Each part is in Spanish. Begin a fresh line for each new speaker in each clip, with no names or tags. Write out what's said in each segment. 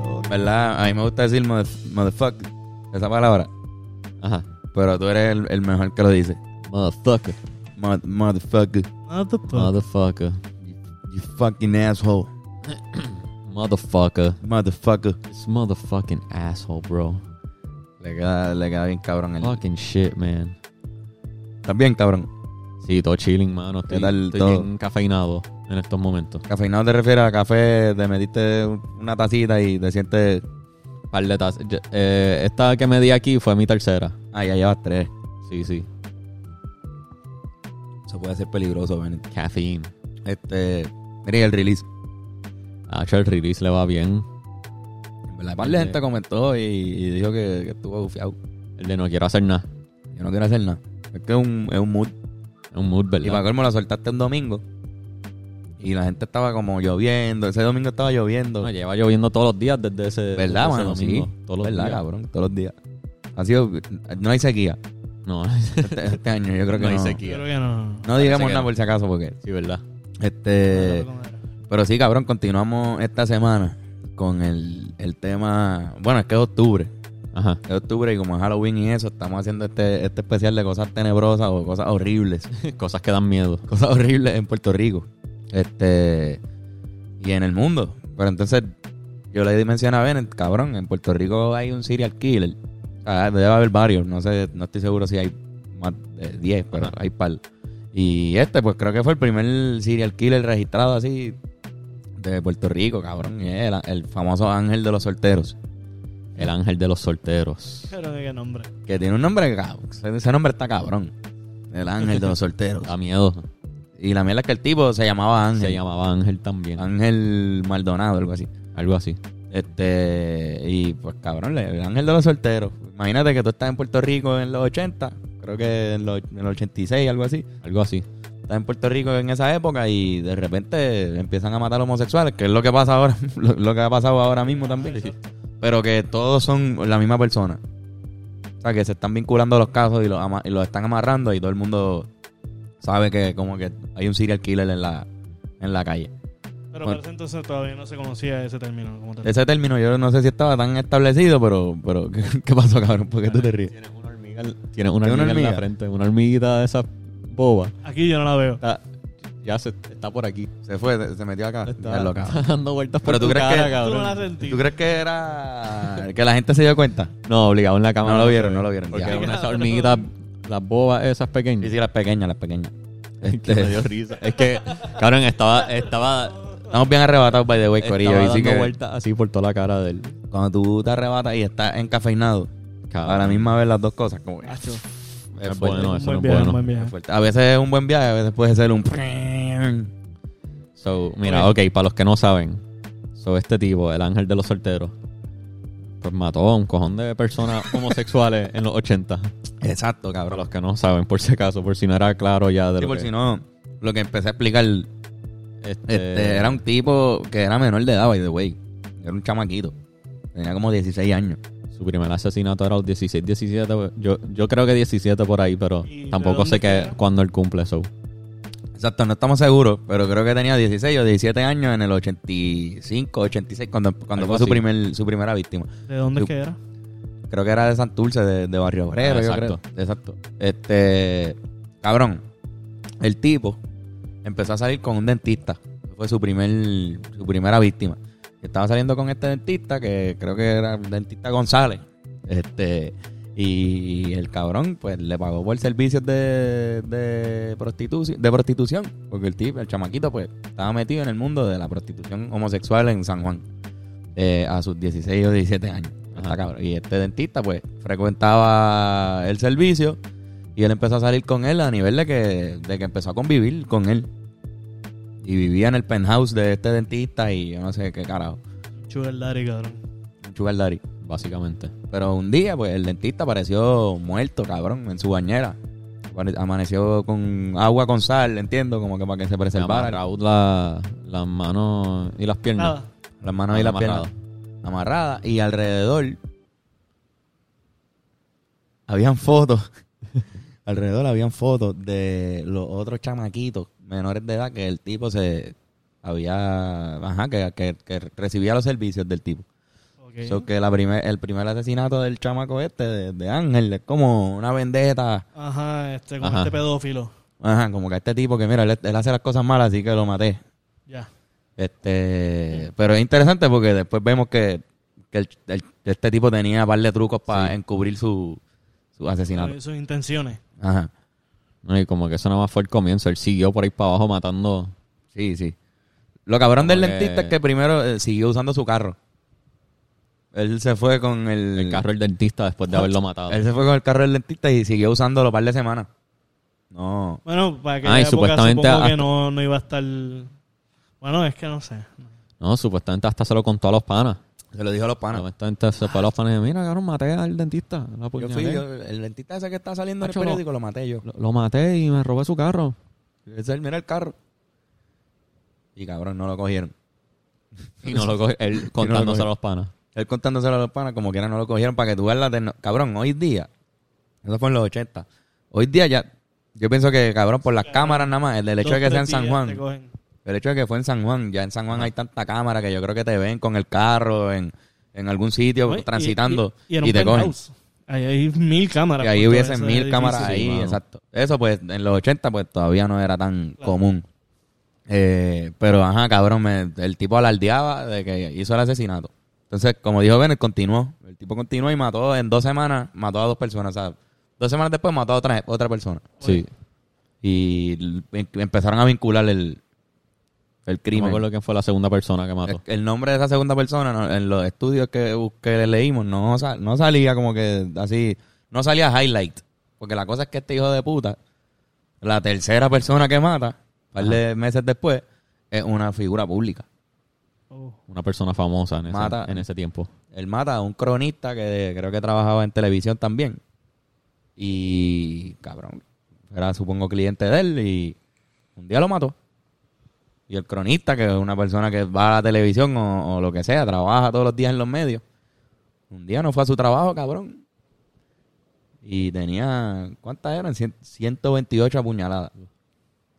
oh, ¿verdad? A mí me gusta decir motherf- motherfuck, esa palabra,
Ajá.
pero tú eres el, el mejor que lo dice.
Motherfucker.
Mo- motherfucker,
Motherfucker.
Motherfucker.
you fucking asshole,
Motherfucker.
motherfucker.
This motherfucking asshole, bro.
Le queda, le queda bien cabrón el...
Fucking shit, man.
Estás bien, cabrón.
Sí, todo chilling, mano. Estoy,
¿Qué tal
estoy
todo?
bien cafeinado en estos momentos.
Cafeinado te refieres a café, te metiste un- una tacita y te sientes...
Par de tazas. Yo- eh, esta que me di aquí fue mi tercera.
Ah, ya llevas tres.
Sí, sí.
Eso puede ser peligroso, ven.
Caffeine.
Este... Mira, y el release.
Ah, el release le va bien.
La par
este
de gente comentó y, y dijo que, que estuvo gufiado.
El de no quiero hacer nada.
Yo no quiero hacer nada. Es que es un, es un mood.
Es un mood,
Y para
¿verdad?
colmo la soltaste un domingo. Y la gente estaba como lloviendo. Ese domingo estaba lloviendo.
No, lleva lloviendo todos los días desde ese, desde
¿Verdad,
ese
mano? Sí.
domingo. Todos los
¿Verdad,
días.
cabrón? Todos los días. Ha sido... No hay sequía.
No,
Este, este año yo creo que no.
No hay
No,
sequía.
Yo creo que no.
digamos
que
nada
no.
por si acaso porque...
sí, ¿verdad?
Este...
No sé cómo era.
Pero sí, cabrón, continuamos esta semana con el, el tema... Bueno, es que es octubre.
Ajá.
Es octubre y como es Halloween y eso, estamos haciendo este, este especial de cosas tenebrosas o cosas horribles.
Cosas que dan miedo.
cosas horribles en Puerto Rico. Este. Y en el mundo. Pero entonces, yo le mencioné a Bennett, cabrón, en Puerto Rico hay un serial killer. Ah, debe haber varios, no sé, no estoy seguro si hay más de 10, pero
Ajá.
hay par. Y este, pues creo que fue el primer serial killer registrado así de Puerto Rico, cabrón. Y es el, el famoso ángel de los solteros.
El ángel de los solteros.
Pero de qué nombre.
Que tiene un nombre, cabrón. Ese nombre está cabrón. El ángel de los solteros.
Da miedo.
Y la mierda es que el tipo se llamaba Ángel.
Se llamaba Ángel también.
Ángel Maldonado, algo así.
Algo así.
Este, y pues cabrón, le- el ángel de los solteros. Imagínate que tú estás en Puerto Rico en los 80, creo que en los, en los 86, algo así.
Algo así.
Estás en Puerto Rico en esa época y de repente empiezan a matar homosexuales, que es lo que pasa ahora, lo, lo que ha pasado ahora mismo también. Pero que todos son la misma persona. O sea, que se están vinculando los casos y los, ama- y los están amarrando y todo el mundo sabe que como que hay un serial killer en la, en la calle.
Pero para ese entonces todavía no se conocía ese término. Como tal.
Ese término yo no sé si estaba tan establecido, pero, pero ¿qué, qué pasó, cabrón? ¿Por qué tú te ríes?
Tienes una hormiga, tienes una
¿Tiene una
hormiga en
hormiga?
la frente. Una hormiguita de esas bobas.
Aquí yo no la veo.
Está- ya se, está por aquí.
Se fue, se, se metió acá.
Está,
Ah, Ya lo acabo.
está dando vueltas por
Pero tú
tu
crees
cara,
que-
Tú no la
cabrón.
sentí.
¿Tú crees que era que la gente se dio cuenta?
No, obligado en la cámara.
No lo
se
vieron,
ve.
no lo vieron,
Porque
ya.
eran esas hormiguitas, las bobas esas
Sí,
pequeñas.
sí, Este, las pequeñas, las pequeñas.
que me dio risa. Es que, cabrón, estaba, estaba,
Estamos bien arrebatados by the way,
estaba
Corillo.
dando
Así que
vueltas así por toda la cara del
cuando tú te arrebatas y estás encafeinado, a la
cabrón.
misma vez las dos cosas, como que-
Acho,
No
es
es
fuerte,
bueno,
un
eso no es
buen viaje, un
bueno.
buen
es
viaje.
fuerte. A veces es un buen viaje, a veces puede ser un...
So, mira, ok, para los que no saben, so este tipo, el ángel de los solteros, pues mató a un cojón de personas homosexuales en los 80.
Exacto,
Para
cabrón.
los que no saben, por si acaso, por si no era claro ya de
Sí,
lo
por
que-
si no, lo que empecé a explicar
este,
Este, era un tipo que era menor de edad, by the way. Era un chamaquito. Tenía como 16 años.
Su primer asesinato era a los 16, 17. pues, Yo, yo creo que 17 por ahí, pero
¿Y de
tampoco sé
dónde
que
era?
cuándo él cumple eso.
Exacto, no estamos seguros, pero creo que tenía 16 o 17 años en el 85, 86, cuando, cuando
Algo
fue su,
así.
primer, su primera víctima.
¿De dónde
Tú-
es que era?
Creo que era de Santurce, de, de Barrio Obrero,
Ah,
yo
exacto.
creo. Exacto. Este, cabrón, el tipo empezó a salir con un dentista. Fue su primer, su primera víctima. Estaba saliendo con este dentista, que creo que era el dentista González. Este, y el cabrón, pues, le pagó por servicios de, de, prostituci- de prostitución. Porque el tipo, el chamaquito, pues, estaba metido en el mundo de la prostitución homosexual en San Juan. eh, a sus 16 o 17 años. Está cabrón. Y este dentista, pues, frecuentaba el servicio. Y él empezó a salir con él a nivel de que, de que empezó a convivir con él. Y vivía en el penthouse de este dentista y yo no sé qué carajo.
Sugar Daddy, cabrón.
Un sugar daddy.
Básicamente.
Pero un día, pues, el dentista apareció muerto, cabrón, en su bañera. Apare- Amaneció con agua con sal, entiendo, como que para que se
Se
preservara
Raúl la, las manos y las piernas.
Nada.
las manos y las
Amarrado.
piernas amarradas. Y alrededor habían fotos. alrededor habían fotos de los otros chamaquitos menores de edad que el tipo se había. Ajá, que, que- que recibía los servicios del tipo.
Ok.
So que la primer, el primer asesinato del chamaco este, de, de Ángel, es como una vendetta.
Ajá, este, con
Ajá.
este pedófilo.
Ajá, como que este tipo que, mira, él, él hace las cosas malas, así que lo maté.
Ya.
Este, pero es interesante porque después vemos que, que el- el- este tipo tenía un par de trucos para encubrir su, su asesinato.
Sus intenciones.
Ajá.
No, y como que eso nada más fue el comienzo. Él siguió por ahí para abajo matando.
Sí, sí. Lo cabrón del
Como que-
dentista es que primero eh, siguió usando su carro. Él se fue con el,
El carro del dentista después de haberlo matado.
Él se fue con el carro del dentista y siguió usándolo un par de semanas. No.
Bueno, para que
Ah, y supuestamente
supuestamente supongo
hasta-
que no, no iba a estar... Bueno, es que no sé.
No, supuestamente hasta se lo contó a los panas.
Se lo dijo a los panas.
Supuestamente se fue a los panas y dijo, mira, cabrón, maté al dentista. Lo
Yo
apuñalé.
fui, yo- el dentista ese que está saliendo en el
Macho,
periódico lo maté yo.
Lo, lo maté y me robé su carro.
Es él, mira el carro. Y cabrón, no lo cogieron.
Y no lo cogió. Él contándose a los panas.
Él contándoselo a los panas, como quiera no lo cogieron para que tú veas la tecno- Cabrón, hoy día, eso fue en los 80. Hoy día ya, yo pienso que, cabrón, por las cámaras nada más, el del hecho de que sea en San Juan, el hecho de que fue en San Juan, ya en San Juan hay tanta cámara que yo creo que te ven con el carro en, en algún sitio transitando y,
en un
te cogen.
penthouse. Ahí hay mil cámaras.
Que ahí
por todo
hubiesen
ese
mil
edificio.
cámaras
Sí,
ahí,
mano.
exacto. Eso pues en los 80 pues todavía no era tan
Claro.
común. Eh, pero ajá, cabrón, me- el tipo alardeaba de que hizo el asesinato. Entonces, como dijo Bennett, continuó. El tipo continuó y mató en dos semanas, mató a dos personas, ¿sabes? Dos semanas después mató a otra, otra persona.
Sí.
Y l- em- empezaron a vincular el, el
No me
crimen.
acuerdo quién fue la segunda persona que mató.
El- El nombre de esa segunda persona no- en los estudios que, que le leímos no, sal- no salía como que así, no salía highlight. Porque la cosa es que este hijo de puta, la tercera persona que mata, un par de meses después, es una figura pública.
Oh.
Una persona famosa en ese,
Mata.
en ese tiempo.
Él mata a un cronista que creo que trabajaba en televisión también. Y cabrón, era supongo cliente de él y un día lo mató. Y el cronista, que es una persona que va a la televisión o, o lo que sea, trabaja todos los días en los medios, un día no fue a su trabajo, cabrón. Y tenía, ¿cuántas eran? Cien- 128 apuñaladas.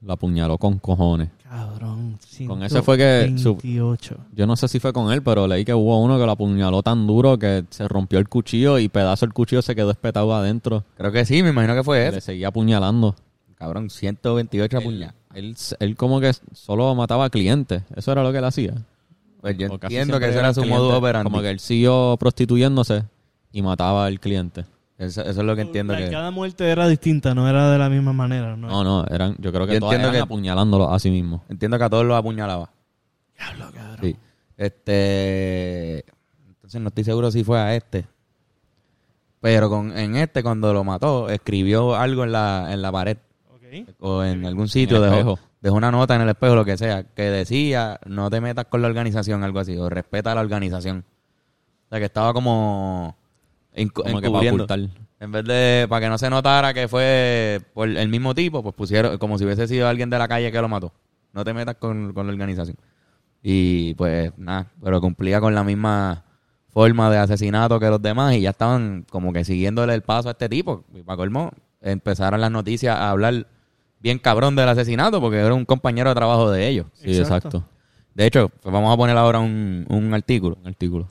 La apuñaló con cojones.
Cabrón.
Con ese fue que su-
28.
Yo no sé si fue con él, pero leí que hubo uno que lo apuñaló tan duro que se rompió el cuchillo y pedazo del cuchillo se quedó espetado adentro.
Creo que sí, me imagino que fue
Le
ese.
seguía apuñalando.
Cabrón, 128 apuñaladas.
Él, él como que solo mataba clientes. Eso era lo que él hacía.
Pues yo
O casi
entiendo que
siempre
ese era su
clientes.
modus operandi.
Como que él siguió prostituyéndose y mataba al cliente.
Eso, eso es lo que entiendo
La-
que...
Cada muerte era distinta, no era de la misma manera. No,
No, no, eran, yo creo que
Yo
todas
entiendo
eran
que-
apuñalándolo a sí mismo.
Entiendo que a todos los apuñalaba.
Diablo, cabrón.
Sí. Este. Entonces no estoy seguro si fue a este. Pero con, en este, cuando lo mató, escribió algo en la, en la pared
Ok.
o en algún sitio.
En el
dejó,
espejo.
dejó una nota en el espejo, lo que sea, que decía: no te metas con la organización, algo así, o respeta a la organización. O sea, que estaba como. encu-
Como que para
encubriendo.
ocultar.
En vez de, para que no se notara que fue por el mismo tipo, pues pusieron como si hubiese sido alguien de la calle que lo mató. No te metas con, con la organización. Y pues nada, pero cumplía con la misma forma de asesinato que los demás y ya estaban como que siguiéndole el paso a este tipo. Y para colmo, empezaron las noticias a hablar bien cabrón del asesinato porque era un compañero de trabajo de ellos.
Sí, exacto.
Exacto.
De hecho, pues vamos a poner ahora un, un artículo.
Un artículo.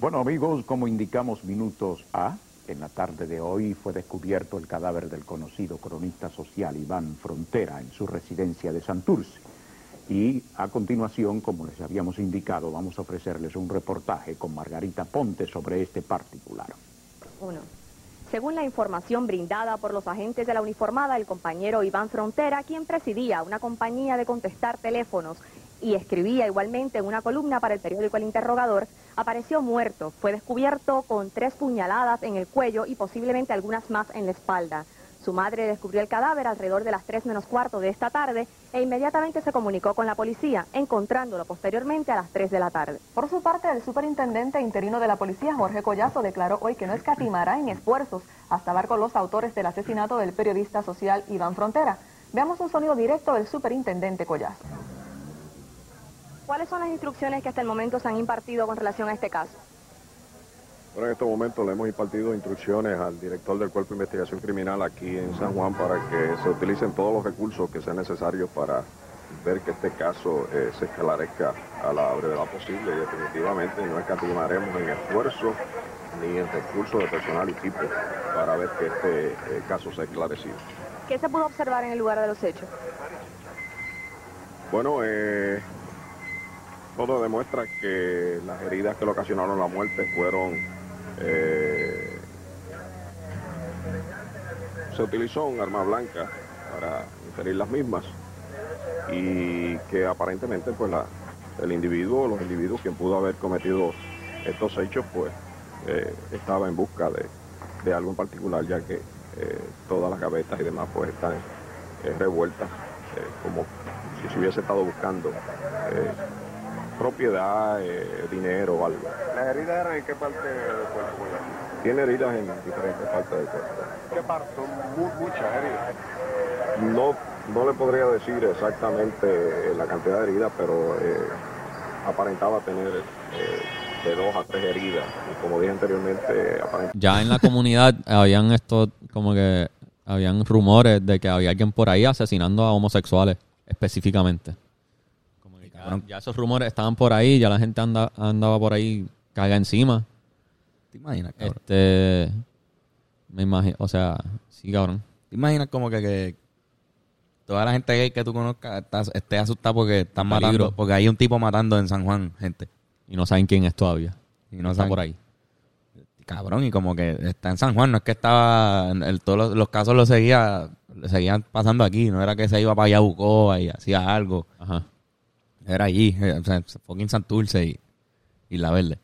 Bueno amigos, como indicamos minutos A, en la tarde de hoy fue descubierto el cadáver del conocido cronista social Iván Frontera en su residencia de Santurce. Y a continuación, como les habíamos indicado, vamos a ofrecerles un reportaje con Margarita Ponte sobre este particular.
1. Según la información brindada por los agentes de la uniformada, el compañero Iván Frontera, quien presidía una compañía de contestar teléfonos y escribía igualmente en una columna para el periódico El Interrogador, apareció muerto. Fue descubierto con tres puñaladas en el cuello y posiblemente algunas más en la espalda. Su madre descubrió el cadáver alrededor de las 3 menos cuarto de esta tarde e inmediatamente se comunicó con la policía, encontrándolo posteriormente a las 3 de la tarde.
Por su parte, el superintendente interino de la policía, Jorge Collazo, declaró hoy que no escatimará en esfuerzos hasta hablar con los autores del asesinato del periodista social Iván Frontera. Veamos un sonido directo del superintendente Collazo.
¿Cuáles son las instrucciones que hasta el momento se han impartido con relación a este caso?
Bueno, en estos momentos le hemos impartido instrucciones al director del Cuerpo de Investigación Criminal aquí en San Juan para que se utilicen todos los recursos que sean necesarios para ver que este caso eh, se escalarezca a la brevedad posible y definitivamente no escatimaremos en esfuerzo ni en recursos de personal y equipo para ver que este eh, caso sea esclarecido.
¿Qué se pudo observar en el lugar de los hechos?
Bueno, eh, todo demuestra que las heridas que le ocasionaron la muerte fueron... eh, se utilizó un arma blanca para inferir las mismas y que aparentemente pues la- el individuo, los individuos quien pudo haber cometido estos hechos pues eh, estaba en busca de, de algo en particular ya que eh, todas las gavetas y demás pues están eh, revueltas eh, como si se hubiese estado buscando eh, propiedad, eh, dinero o algo.
¿Las heridas eran en qué parte del cuerpo?
Tiene heridas en diferentes partes del cuerpo.
¿Qué parte? Son mu- muchas heridas.
No, no le podría decir exactamente eh, la cantidad de heridas, pero eh, aparentaba tener eh, de dos a tres heridas. Y como dije anteriormente, aparentemente
Ya en la comunidad habían estos, como que habían rumores de que había alguien por ahí asesinando a homosexuales específicamente. Como que ya,
Cabrón.
ya esos rumores estaban por ahí, ya la gente anda, andaba por ahí caga encima.
¿Te imaginas, cabrón?
Este, me imagino, o sea, sí, cabrón.
¿Te imaginas como que, que toda la gente gay que tú conozcas estás- esté asustada porque están
Peligro.
matando? Porque hay un tipo matando en San Juan, gente.
Y no saben quién es todavía.
Y no
Está
saben.
por ahí.
Cabrón, y como que está en San Juan, no es que estaba. en el- todos los, los casos los seguía, le seguían pasando aquí, no era que se iba para Yabucoa y hacía algo.
Ajá.
Era allí, eh, o sea, fucking Santurce y, y La Verde.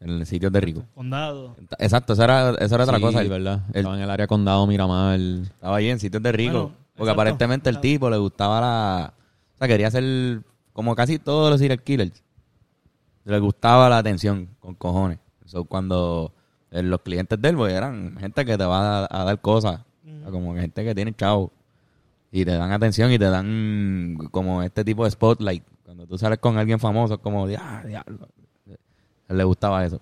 En el sitio de Rico.
Condado.
Exacto, esa era, esa era otra
Sí,
cosa.
¿verdad?
El-
Estaba en el área condado Miramar.
Estaba allí en sitios de rico.
Bueno,
porque
exacto.
aparentemente el
Claro.
tipo le gustaba la. O sea, quería ser como casi todos los serial killers. Le gustaba la atención con cojones. So, cuando eh, los clientes de él pues, eran gente que te va a, a dar cosas. O sea, como gente que tiene chavo. Y te dan atención y te dan como este tipo de spotlight. Cuando tú sales con alguien famoso, es como, "Dia- diablo. A él le gustaba eso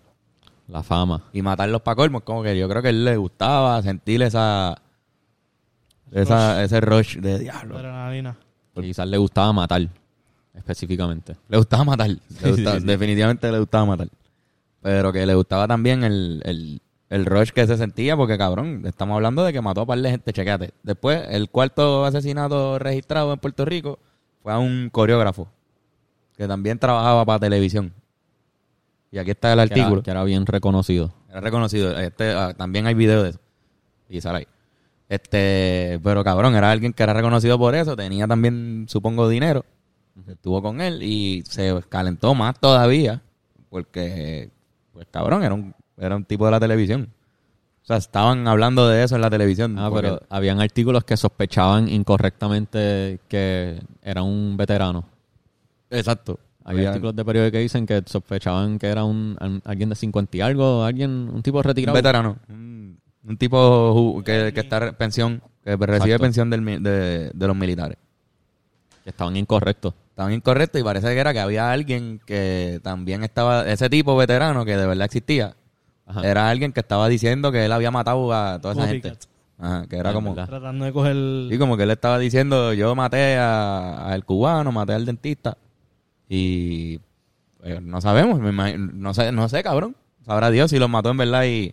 La fama.
y matarlos para colmo. es Como que yo creo que a él le gustaba sentir esa, esa ese rush de diablo.
Adrenalina.
Que Quizás le gustaba matar, específicamente.
Le gustaba matar. le
Sí,
gustaba-
sí, sí.
Definitivamente le gustaba matar. Pero que le gustaba también el, el, el rush que se sentía, porque cabrón, estamos hablando de que mató a par de gente, chequéate. Después, el cuarto asesinato registrado en Puerto Rico fue a un coreógrafo que también trabajaba para televisión. Y aquí está el
Que era-
artículo.
que era bien reconocido.
Era reconocido. Este, ah, también hay video de eso. Y sale ahí. Este, pero cabrón, era alguien que era reconocido por eso. Tenía también, supongo, dinero. Estuvo con él y se calentó más todavía. Porque, pues cabrón, era un, era un tipo de la televisión. O sea, estaban hablando de eso en la televisión.
Ah,
porque-
pero habían artículos que sospechaban incorrectamente que era un veterano.
Exacto.
Hay
Había
artículos de periódico que dicen que sospechaban que era un, an- alguien de 50 y algo, alguien, un tipo
un
retirado.
veterano. Un, un tipo ju- que, que está re- pensión, que recibe
Exacto.
pensión del mi- de- de los militares.
Que estaban incorrectos.
Estaban incorrectos y parece que era que había alguien que también estaba, ese tipo veterano que de verdad existía,
Ajá.
era alguien que estaba diciendo que él había matado a toda esa gente.
Copycat.
Ajá, que era
Ah,
como,
¿verdad?
Tratando de coger.
sí, como que él estaba diciendo, yo maté a- al cubano, maté al dentista y eh, no sabemos, me imagino- no sé, no sé, cabrón. Sabrá Dios si los mató en verdad y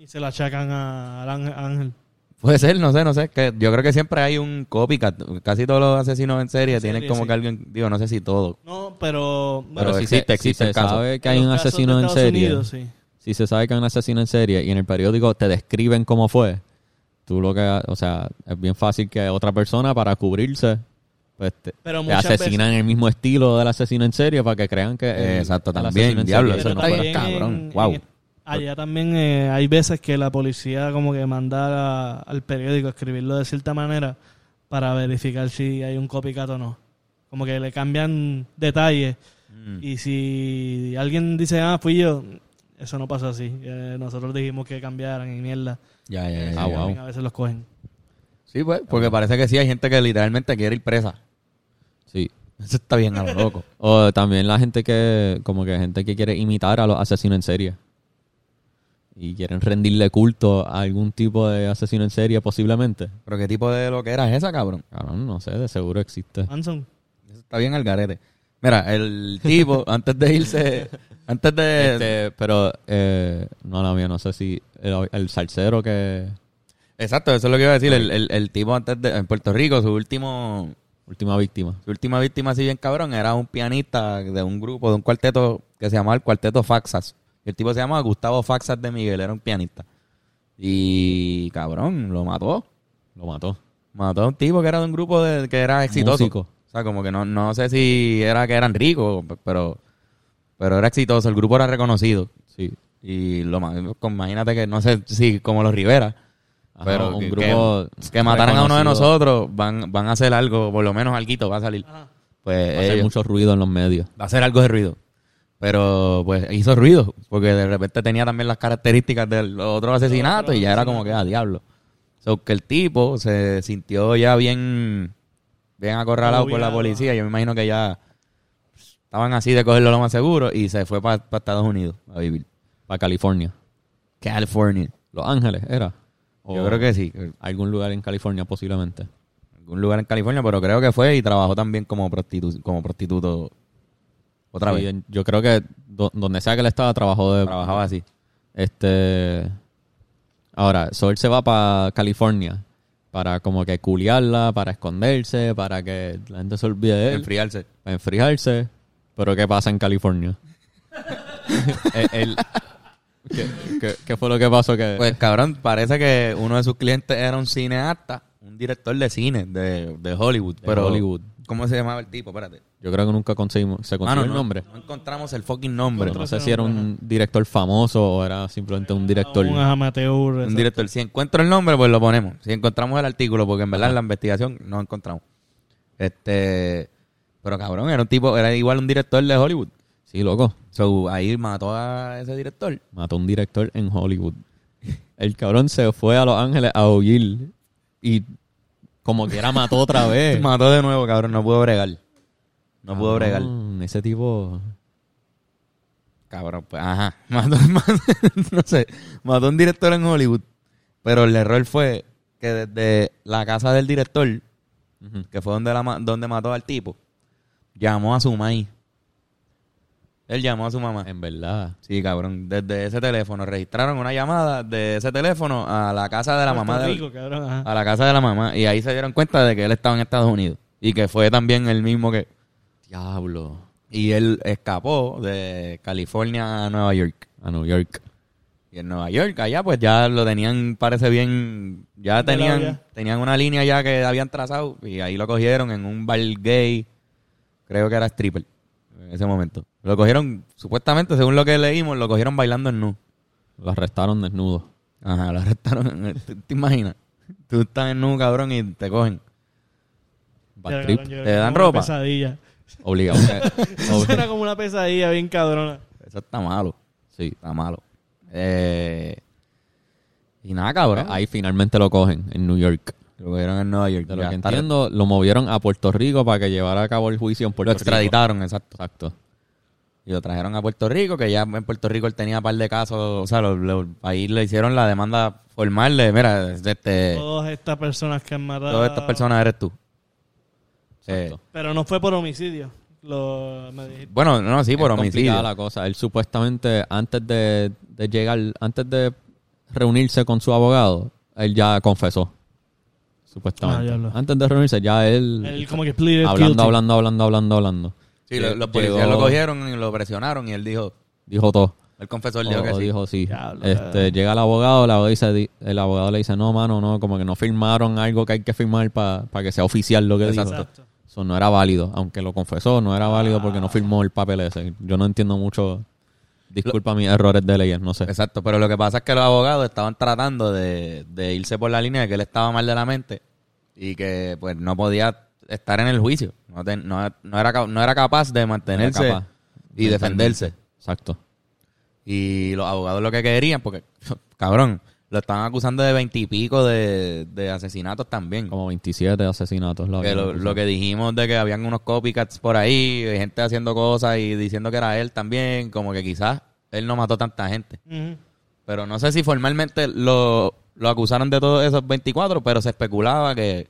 Y se la achacan a, al ángel- ángel.
puede ser, no sé, no sé, que yo creo que siempre hay un copycat, casi todos los asesinos en serie tienen
serie,
como
sí.
que alguien, digo, no sé si todos,
No, pero.
Pero
si
existe,
se,
existe
si
el
se
caso.
sabe que hay un
los casos
asesino
de
en
Estados
serie,
Unidos, sí.
si se sabe que hay un asesino en serie y en el periódico te describen cómo fue, tú lo que, o sea, es bien fácil que otra persona para cubrirse, pues te,
Pero
te
muchas
asesinan en el mismo estilo del asesino en serie para que crean que... el-
Eh, Exacto,
el
también,
asesino en
diablo,
serie
eso
Pero
no
fue.
puede-
también
cabrón, guau.
allá también eh, hay veces que la policía como que manda a- al periódico a escribirlo de cierta manera para verificar si hay un copycat o no. Como que le cambian detalles.
Mm.
Y si alguien dice, ah, fui yo, eso no pasa así. Eh, nosotros dijimos que cambiaran y mierda.
Ya, ya, ya,
Ah,
ya.
guau.
A veces los cogen.
Sí, pues, porque parece que sí hay gente que literalmente quiere ir presa.
Sí.
Eso está bien a lo loco.
O también la gente que, como que gente que quiere imitar a los asesinos en serie. y quieren rendirle culto a algún tipo de asesino en serie posiblemente.
Pero qué tipo de lo que era es esa, cabrón.
Cabrón, no sé, de seguro existe.
Manson.
Eso está bien al garete. Mira, el tipo, antes de irse, antes de...
Este, pero, eh, no, la mía, no sé si el, el salsero que...
Exacto, eso es lo que iba a decir. El, el- el tipo antes de... En Puerto Rico, su último...
Última víctima.
Su última víctima, así bien cabrón, era un pianista de un grupo, de un cuarteto que se llamaba el Cuarteto Faxas. El tipo se llamaba Gustavo Faxas de Miguel, era un pianista. Y cabrón, lo mató.
Lo mató.
Mató a un tipo que era de un grupo de, que era exitoso.
Músico.
O sea, como que no, no sé si era que eran ricos, pero, pero era exitoso. El grupo era reconocido.
Sí.
Y lo ma- imagínate que no sé si como los Rivera.
Ajá,
pero
un
que,
grupo
que, que mataran a uno de
reconocido.
nosotros, van, van a hacer algo, por lo menos algo va a salir. Pues
Va a hacer
ellos-
mucho ruido en los medios.
va a hacer algo de ruido. Pero pues hizo ruido, porque de repente tenía también las características del otro asesinato y ya era como que a diablo. So, que el tipo se sintió ya bien, bien acorralado por la
Agobiado,
policía. Yo me imagino que ya estaban así de cogerlo lo más seguro y se fue para Estados Unidos a vivir.
Para California.
California.
Los Ángeles, ¿era? O
Yo creo que sí.
Algún lugar en California posiblemente.
Algún lugar en California, pero creo que fue y trabajó también como, prostitu- como prostituto otra
Sí,
vez.
en- Yo creo que do- donde sea que él estaba, trabajó de...
Trabajaba así.
Este. Ahora, Sol se va para California para como que culiarla, para esconderse, para que la gente se olvide de él,
Enfriarse.
para enfriarse. Pero ¿qué pasa en California? El- el- ¿qué, qué, qué fue lo que pasó? Que,
Pues cabrón, parece que uno de sus clientes era un cineasta, un director de cine de, de Hollywood. pero
Hollywood.
¿Cómo se llamaba el tipo? Espérate.
yo creo que nunca conseguimos se consiguió
Mano,
el
Ah, no-
nombre.
No, encontramos el fucking nombre.
Pero no sé si era un director famoso o era simplemente un director.
Un amateur.
un
exacto.
director. Si encuentro el nombre, pues lo ponemos. Si encontramos el artículo, porque en verdad en la investigación no encontramos. Este, pero cabrón, era un tipo, era igual un director de Hollywood.
Sí, loco.
So, ahí mató a ese director.
mató a un director en Hollywood. El cabrón se fue a Los Ángeles a huir y como que era mató otra vez.
Mató de nuevo, cabrón, no pudo bregar. No pudo bregar.
Cabrón, Ese tipo
Cabrón, pues, ajá. Mató, mató- no sé, mató a un director en Hollywood. Pero el error fue que desde la casa del director, que fue donde, la, ma- donde mató al tipo, llamó a su maíz. Él llamó a su mamá.
en verdad
Sí, cabrón. Desde ese teléfono. Registraron una llamada de ese teléfono a la casa de la mamá
Puerto
del- Ah,
Rico, cabrón, ajá.
a la casa de la mamá. Y ahí se dieron cuenta de que él estaba en Estados Unidos. Y que fue también el mismo que...
diablo
Y él escapó de California a Nueva York.
a New York.
Y en Nueva York, allá pues ya lo tenían, parece bien, ya
De la
tenían,
olla.
tenían una línea ya que habían trazado y ahí lo cogieron en un bar gay, creo que era stripper en ese momento. Lo cogieron, supuestamente, según lo que leímos, lo cogieron bailando en nu.
Lo arrestaron desnudo.
Ajá, lo arrestaron, ¿te, te imaginas? Tú estás en nu, cabrón, y te cogen.
Bad
Pero,
trip.
cabrón, yo creo
¿Te
que
dan
es como una
ropa? Eh,
Pesadilla.
Obligado.
Eso suena como una pesadilla bien cabrona.
Eso está malo,
sí.
está malo. Eh, y nada, cabrón, ahí
Ahí finalmente lo cogen en New York.
lo cogieron en Nueva York.
De lo
ya
que
está-
entiendo, lo movieron a Puerto Rico para que llevara a cabo el juicio en
lo
Puerto Rico.
extraditaron, exacto.
Exacto.
Y lo trajeron a Puerto Rico, que ya en Puerto Rico él tenía un par de casos, o sea, lo- lo- ahí le hicieron la demanda formal de, mira, este,
Todas estas personas que han matado.
todas estas personas eres tú.
Exacto.
Eh,
Pero no fue por homicidio. Lo, me dijiste.
bueno, no, sí, por
es complicada
homicidio.
la cosa. Él supuestamente antes de, de llegar, antes de reunirse con su abogado, él ya confesó.
Ah,
Supuestamente.
diablo.
antes de reunirse, ya él,
Él como que pleaded guilty.
hablando, hablando, hablando, hablando, hablando.
Sí, lo-
Llegó-
los policías lo cogieron y lo presionaron y él dijo,
Dijo todo.
él confesó, él
O-
dijo que
o
sí.
Oh, dijo sí.
Diablo,
Este, llega el abogado, el abogado, dice, di- el abogado le dice, no, mano, no, como que no firmaron algo que hay que firmar para que sea oficial lo que dijo.
Exacto. Ah.
Eso no era válido, aunque lo confesó, no era válido porque no firmó el papel ese. Yo no entiendo mucho, disculpa mis errores de leyes, no sé.
Exacto, pero lo que pasa es que los abogados estaban tratando de, de irse por la línea de que él estaba mal de la mente y que pues no podía estar en el juicio, no, te- no- no era, ca- no era capaz de mantenerse
capaz.
y defenderse.
Exacto.
Y los abogados lo que querían, porque, cabrón, lo estaban acusando de veintipico de, de asesinatos también.
Como 27 asesinatos. la
Que
verdad,
lo,
pues,
lo que dijimos de que habían unos copycats por ahí, de gente haciendo cosas y diciendo que era él también, como que quizás él no mató tanta gente.
Ujú.
Pero no sé si formalmente lo, lo acusaron de todos esos 24, pero se especulaba que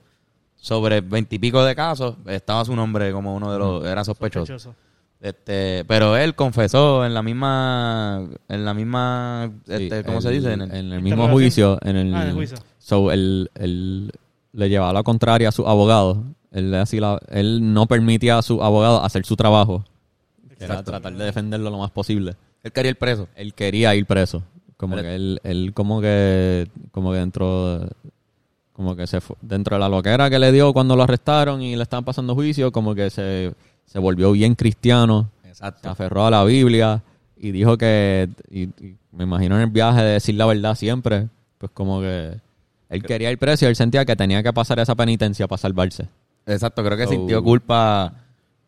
sobre 20 y pico de casos estaba su nombre como uno de los... Era Mm. sospechoso.
Sospechoso.
Este, pero él confesó en la misma, en la misma, este,
Sí,
¿cómo
el-
se dice? En el-
En el mismo
Interrogación.
juicio. En el,
Ah, en el juicio.
So, él, él le llevaba la contraria a su abogado. Él, le hacía la- él no permitía a su abogado hacer su trabajo. que Era tratar de defenderlo lo más posible.
él quería el preso.
Él quería ir preso. Como
Pero-
que él, él como que, como que dentro, de- como que se fue- dentro de la loquera que le dio cuando lo arrestaron y le estaban pasando juicio, como que se, se volvió bien cristiano se
Exacto.
aferró a la Biblia y dijo que, y, y me imagino en el viaje de decir la verdad siempre, pues como que él quería el precio, él sentía que tenía que pasar esa penitencia para salvarse.
Exacto, creo que
So-
sintió culpa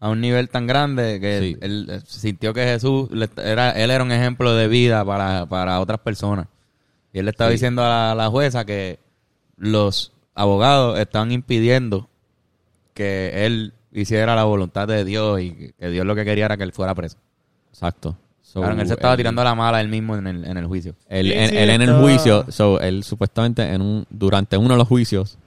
a un nivel tan grande que
Sí.
él eh, sintió que Jesús le- era, él era un ejemplo de vida para, para otras personas. Y él le estaba
Sí.
diciendo a la, la jueza que los abogados estaban impidiendo que él hiciera la voluntad de Dios y que Dios lo que quería era que él fuera preso.
Exacto. So, eh,
Claro, él se estaba tirando la mala él mismo en el, en el juicio.
Él,
Sí,
en,
sí,
él en el
estaba-
juicio, so, él supuestamente en un, durante uno de los juicios,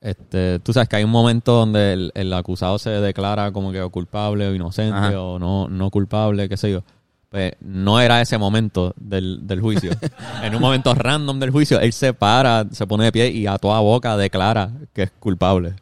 este, tú sabes que hay un momento donde el, el acusado se declara como que o culpable o inocente
Ajá.
o no, no culpable, qué sé yo. Pues no era ese momento del, del juicio. en un momento random del juicio, él se para, se pone de pie y a toda boca declara que es culpable.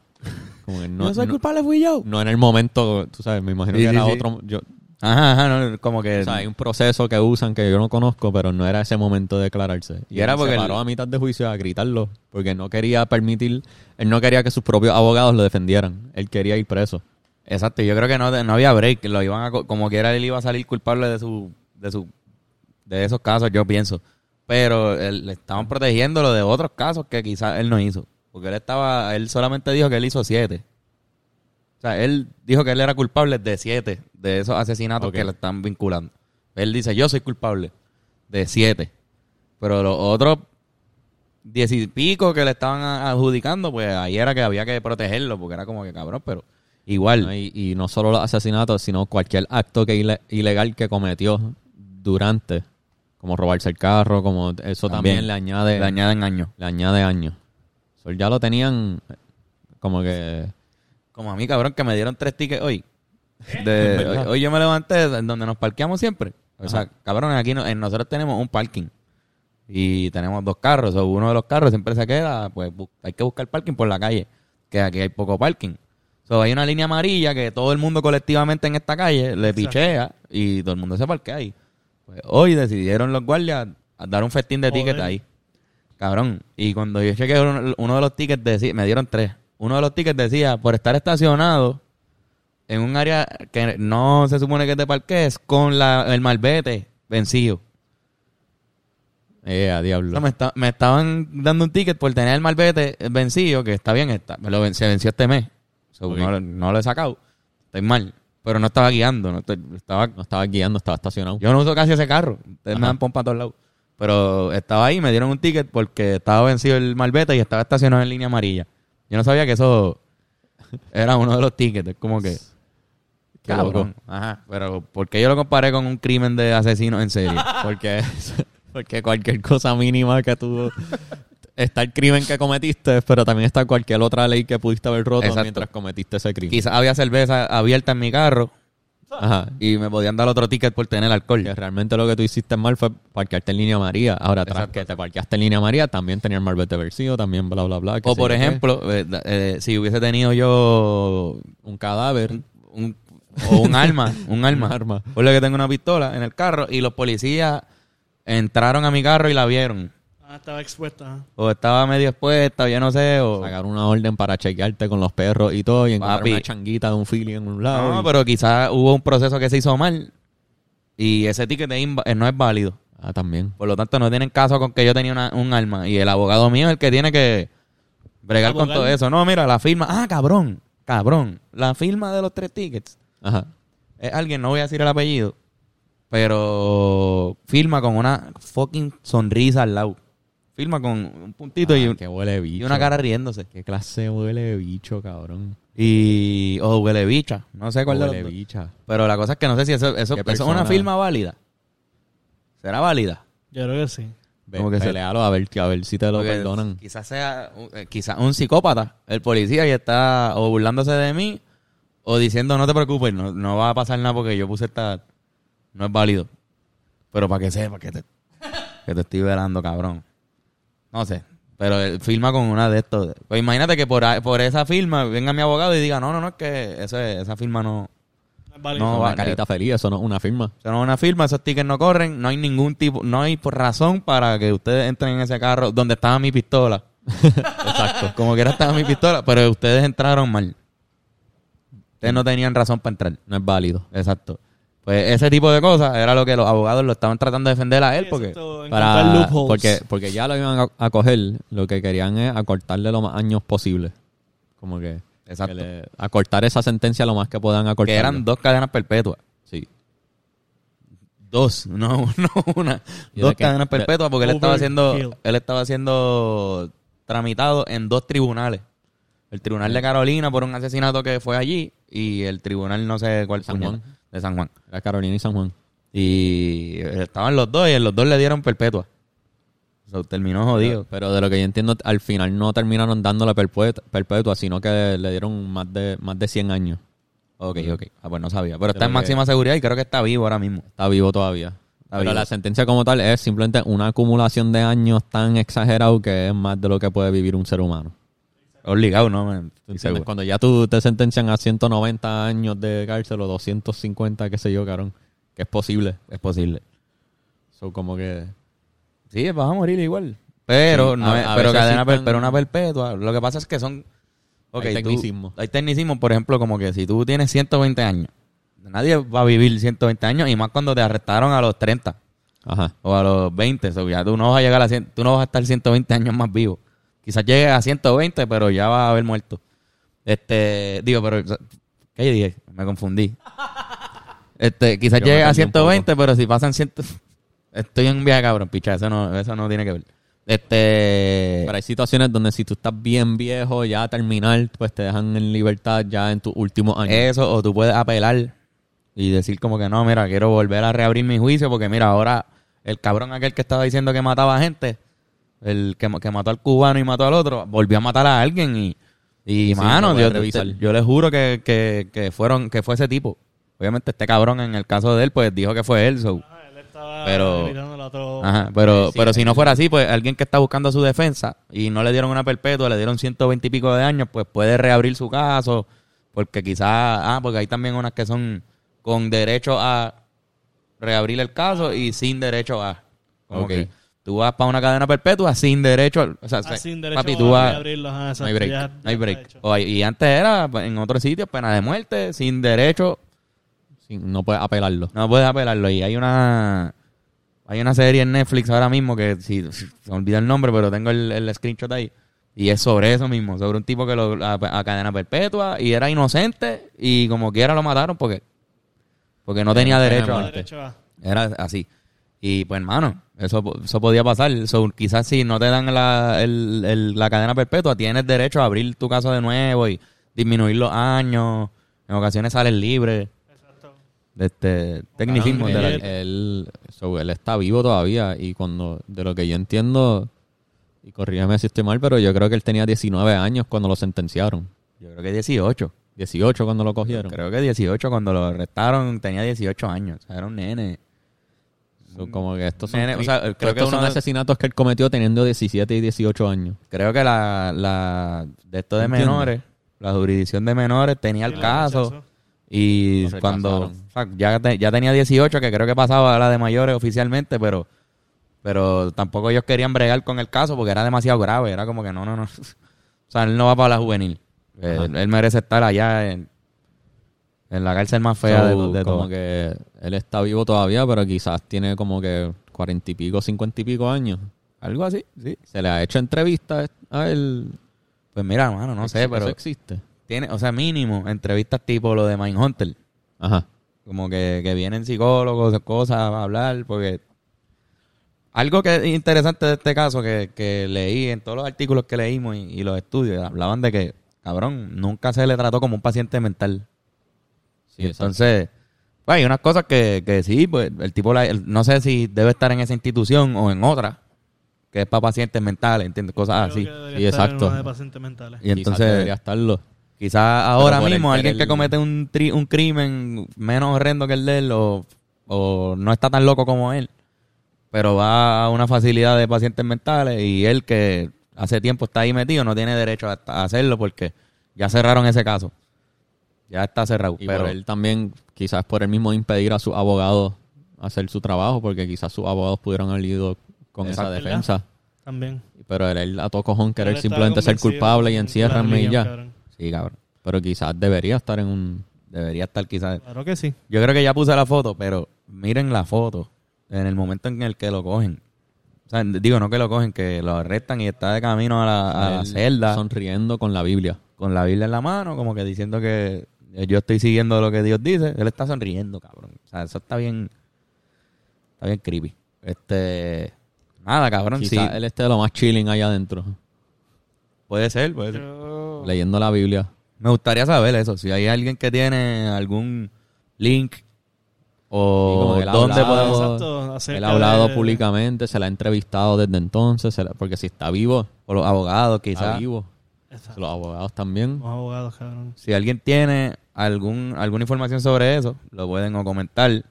Como que no, no-
culpable, fui yo.
no en el momento, tú sabes, me imagino
Sí,
que
sí,
era
sí.
otro... yo-
Ajá, ajá, no, como que...
o sea, hay un proceso que usan que yo no conozco, pero no era ese momento de declararse.
Y era
él
porque
se
el-
paró a mitad de juicio a gritarlo, porque no quería permitir, él no quería que sus propios abogados lo defendieran. Él quería ir preso.
Exacto, yo creo que no, no había break, lo iban a, co- como quiera él iba a salir culpable de su, de su, de esos casos, yo pienso. Pero él- le estaban protegiéndolo de otros casos que quizás él no hizo, porque él estaba, él solamente dijo que él hizo siete. O sea, él dijo que él era culpable de siete de esos asesinatos
Ok.
que le están vinculando. Él dice, yo soy culpable de siete, pero los otros diez y pico que le estaban a- adjudicando, pues ahí era que había que protegerlo, porque era como que cabrón, pero igual.
¿no? Y, y no solo los asesinatos, sino cualquier acto que ile- ilegal que cometió durante, como robarse el carro, como eso también,
También.
le añade
le añaden años.
le añade años. So, ya lo tenían eh, como que
Como a mí, cabrón, que me dieron tres tickets hoy. De- hoy, hoy yo me levanté de donde nos parqueamos siempre. O sea, cabrón, aquí no- en nosotros tenemos un parking. Y tenemos dos carros. O uno de los carros siempre se queda, pues bu- hay que buscar parking por la calle. Que aquí hay poco parking. So, hay una línea amarilla que todo el mundo colectivamente en esta calle le pichea y todo el mundo se parquea ahí. Pues, hoy decidieron los guardias a dar un festín de
Joder.
tickets ahí. Cabrón. Y cuando yo chequeé uno, uno de los tickets, decía, me dieron tres. Uno de los tickets decía, por estar estacionado en un área que no se supone que te parques con la, el malvete vencido.
eh, a
O
diablo.
sea, me, esta- me estaban dando un ticket por tener el malvete vencido, que está bien, está, me lo ven- se venció este mes. So,
Ok.
no, lo- no lo he sacado. Estoy mal. Pero no estaba guiando. No estoy- estaba,
No estaba guiando, estaba estacionado.
yo no uso casi ese carro. Ustedes me
Ajá.
dan pompa a todos lados. Pero estaba ahí, me dieron un ticket porque estaba vencido el malvete y estaba estacionado en línea amarilla. Yo no sabía que eso era uno de los tickets. Es como que.
Qué loco.
Cabrón. Ajá. Pero ¿por qué yo lo comparé con un crimen de asesino en serie?
Porque, porque cualquier cosa mínima que tú... Está el crimen que cometiste, pero también está cualquier otra ley que pudiste haber roto
Exacto.
mientras cometiste ese crimen.
Quizás había cerveza abierta en mi carro
Ajá.
y me podían dar otro ticket por tener alcohol.
Que realmente lo que tú hiciste mal fue parquearte en línea María. Ahora, tras
Exacto,
que te parqueaste en línea María, también tenía el malvete vencido, también bla, bla, bla. qué
O
sé
por
yo qué.
ejemplo, eh, da- eh, si hubiese tenido yo
un cadáver.
un, un- o un arma, un arma.
Un arma.
Por lo que tengo una pistola en el carro y los policías entraron a mi carro y la vieron.
Ah, estaba expuesta. ajá.
O estaba medio expuesta, o yo no sé, o...
Sacar una orden para chequearte con los perros y todo, y encontrar
Papi.
una changuita de un fili en un lado.
No,
y-
pero quizás hubo un proceso que se hizo mal y ese ticket es inva- eh, no es válido.
Ah, también.
Por lo tanto, no tienen caso con que yo tenía una- un arma. Y el abogado mío es el que tiene que bregar con
Abogar.
todo eso. No, mira, la firma... Ah, cabrón, cabrón. La firma de los tres tickets.
Ajá.
es Eh, alguien, no voy a decir el apellido, pero firma con una fucking sonrisa al lado. Firma con un puntito y,
Ah,
un-
que huele bicho.
y una cara riéndose.
Qué clase huele de bicho, cabrón.
Y. O huele bicha. No sé cuál de los
Huele
dos.
bicha.
Pero la cosa es que no sé si eso, eso,
¿Qué
eso es una
persona?
firma válida. ¿Será válida?
Yo creo que sí.
Ve,
Como que se-
pelealo a ver, a ver si te lo
Porque
perdonan.
Quizás sea un- eh, quizás un psicópata, el policía, y está o burlándose de mí o diciendo no te preocupes, no, no va a pasar nada porque yo puse esta. No es válido. Pero para que sepa que te, que te estoy velando, cabrón. No sé. Pero él firma con una de estos. Pues imagínate que por, a- por esa firma venga mi abogado y diga, no, no, no, es que eso es- esa firma no,
Vale.
No,
una
va-
carita feliz, eso no es una firma.
eso no es una firma, esos tickets no corren, no hay ningún tipo, no hay por razón para que ustedes entren en ese carro donde estaba mi pistola. Exacto. Como quiera estaba mi pistola, pero ustedes entraron mal. Ustedes no tenían razón para entrar.
No es válido.
Exacto. Pues ese tipo de cosas era lo que los abogados lo estaban tratando de defender a él porque...
Exacto, encontrar
Para,
loopholes.
porque, porque ya lo iban a, a coger, lo que querían es acortarle los más años posible. Como que,
Exacto.
que le- acortar esa sentencia lo más que puedan acortar.
Que eran dos cadenas perpetuas.
Sí.
Dos, no, no una.
¿Y
Dos
de qué?
cadenas
De-
perpetuas porque él estaba
Overkill.
haciendo él estaba siendo tramitado en dos tribunales. El tribunal de Carolina por un asesinato que fue allí y el tribunal no sé cuál
San
puñeta,
Juan.
de San Juan.
Era Carolina y San Juan.
Y eh, estaban los dos y a los dos le dieron perpetua. O sea, terminó jodido.
Pero, pero de lo que yo entiendo, al final no terminaron dándole perpetua, perpetua sino que le dieron más de, más de 100 años.
Ok, ok. Ah, pues no sabía. Pero está
Creo
en
que-
máxima seguridad y creo que está vivo ahora mismo.
Está vivo todavía. pero
vivo.
la sentencia como tal es simplemente una acumulación de años tan exagerado que es más de lo que puede vivir un ser humano.
Obligado, ¿no? Man?
¿Tú
Estoy
entiendes?
seguro.
Cuando ya tú te sentencian a 190 años de cárcel o 250, qué sé yo, cabrón, que es posible.
Es posible.
Eso como que...
Sí, vas a morir igual. Pero,
Sí,
no
a-
es-
a
pero,
veces
cadena
sí
per-
están-
pero una perpetua. Lo que pasa es que son. ok, tú-
Hay tecnicismo.
hay tecnicismo, por ejemplo, como que si tú tienes 120 años, nadie va a vivir 120 años y más cuando te arrestaron a los 30
Ajá.
o a los 20. so, ya tú no vas a llegar a 100 tú no vas a estar 120 años más vivo. Quizás llegues a 120, pero ya vas a haber muerto. Este, digo, pero ¿qué yo dije? Me confundí. Este, quizás
Yo me
llegues a
perdí un poco.
120, pero si pasan 100 Estoy en un viaje cabrón, picha, eso no eso no tiene que ver. Este,
Pero hay situaciones donde si tú estás bien viejo, ya a terminar, pues te dejan en libertad ya en tus últimos años.
eso o tú puedes apelar y decir como que no, mira, quiero volver a reabrir mi juicio porque mira, ahora el cabrón aquel que estaba diciendo que mataba gente, el que, que mató al cubano y mató al otro, volvió a matar a alguien y, y
Sí,
mano,
lo voy a
yo,
revisar.
te- yo le juro que, que, que fueron, que fue ese tipo. Obviamente este cabrón en el caso de él, pues dijo que fue él, so.
Ah, él estaba
Pero-
gritándole a otro-
Ajá, pero, pero si no fuera así, pues alguien que está buscando su defensa y no le dieron una perpetua, le dieron 120 y pico de años, pues puede reabrir su caso, porque quizás, ah, porque hay también unas que son con derecho a reabrir el caso y sin derecho a. Como
Ok.
que tú vas para una cadena perpetua sin derecho, al- o sea,
Ah,
se-
sin derecho
papi,
a
tú vas,
reabrirlos, ajá,
no hay
exacto,
break,
ya-
no hay
ya
break.
está hecho.
O hay- y antes era pues, en otros sitios pena de muerte, sin derecho
Sí, no puedes apelarlo.
no puedes apelarlo. Y hay una. Hay una serie en Netflix ahora mismo que si si- se me olvida el nombre, pero tengo el, el screenshot ahí. Y es sobre eso mismo, sobre un tipo que lo a, a cadena perpetua y era inocente y como quiera lo mataron porque porque no tenía
pena de
derecho.
No hay
A,
muerte.
derecho a-
era así. Y pues hermano, eso eso podía pasar. So, quizás si no te dan la, el- el- la cadena perpetua, tienes derecho a abrir tu caso de nuevo y disminuir los años. En ocasiones sales libre. De este tecnicismo de la
él, él- so, él está vivo todavía y cuando de lo que yo entiendo y corrígeme si estoy mal pero yo creo que él tenía 19 años cuando lo sentenciaron
Yo creo que 18.
18 cuando lo cogieron
Creo que 18 cuando lo arrestaron tenía 18 años. O sea, era un nene.
So, como que estos son,
Nene, o sea,
cri-
creo que
estos
uno
son
de-
asesinatos que él cometió teniendo 17 y 18 años
Creo que la, la de esto de
Entiendo.
menores, la jurisdicción de menores tenía el
lo
caso.
rechazó.
Y
Lo
cuando
rechazaron.
o sea, ya, te- ya tenía 18, que creo que pasaba a la de mayores oficialmente, pero pero tampoco ellos querían bregar con el caso porque era demasiado grave. Era como que no, no, no. O sea, él no va para la juvenil. Él, él merece estar allá en, en la cárcel más fea de,
So,
de
como
todas.
que él está vivo todavía pero quizás tiene como que 40 y pico 50 y pico años
Algo así, sí.
se le ha hecho entrevistas a él
Pues mira, hermano, no sé,
Eso
pero
existe
tiene, o sea, mínimo entrevistas tipo lo de Mindhunter,
ajá
como que, que vienen psicólogos, cosas a hablar, porque algo que es interesante de este caso que, que leí en todos los artículos que leímos y, y los estudios, hablaban de que, cabrón, nunca se le trató como un paciente mental.
Sí,
Y
exacto.
entonces, pues, hay unas cosas que, que sí, pues el tipo, la- el- no sé si debe estar en esa institución o en otra, que es para pacientes mentales, ¿entiendes? Cosas
Creo
así.
que debería
sí,
estar en
exacto.
una de pacientes mentales.
Y
Quizás debería
entonces,
estarlo.
quizás ahora
por el
mismo alguien
querer-
que comete un, tri- un crimen menos horrendo que el de él o, o no está tan loco como él, pero va a una facilidad de pacientes mentales y él que hace tiempo está ahí metido no tiene derecho a, a hacerlo porque ya cerraron ese caso. Ya está cerrado.
Y
pero
por él también, quizás por él mismo impedir a sus abogados hacer su trabajo, porque quizás sus abogados pudieron haber ido con
Exacto.
esa
¿Verdad?
defensa.
También.
Pero él, él a todo cojón
Él
querer
estaba
simplemente ser
convencido
culpable y
en
enciérrame y
Clarín,
ya.
cabrón.
Sí, cabrón.
Pero quizás debería estar en un...
Debería estar quizás.
Claro que sí.
Yo creo que ya puse la foto, pero miren la foto. En el momento en el que lo cogen. O sea, digo, no que lo cogen, que lo arrestan y está de camino a la, a la
él
celda
Sonriendo con la Biblia.
con la Biblia en la mano, como que diciendo que eh, yo estoy siguiendo lo que Dios dice. Él está sonriendo, cabrón. O sea, eso está bien. Está bien creepy. Este. Nada, cabrón. Sí,
Quizás él esté de lo más chilling ahí adentro,
puede ser, puede ser.
leyendo la Biblia.
Me gustaría saber eso. Si hay alguien que tiene algún link o
Sí, como que él
dónde
hablaba-
podemos.
Exacto, acerca
Él ha hablado
de-
públicamente, se la ha entrevistado desde entonces, se la- porque si está vivo,
O los abogados,
está
quizás.
vivo.
Exacto.
Los abogados también.
Los abogados, cabrón.
Si alguien tiene algún, alguna información sobre eso, lo pueden o comentar,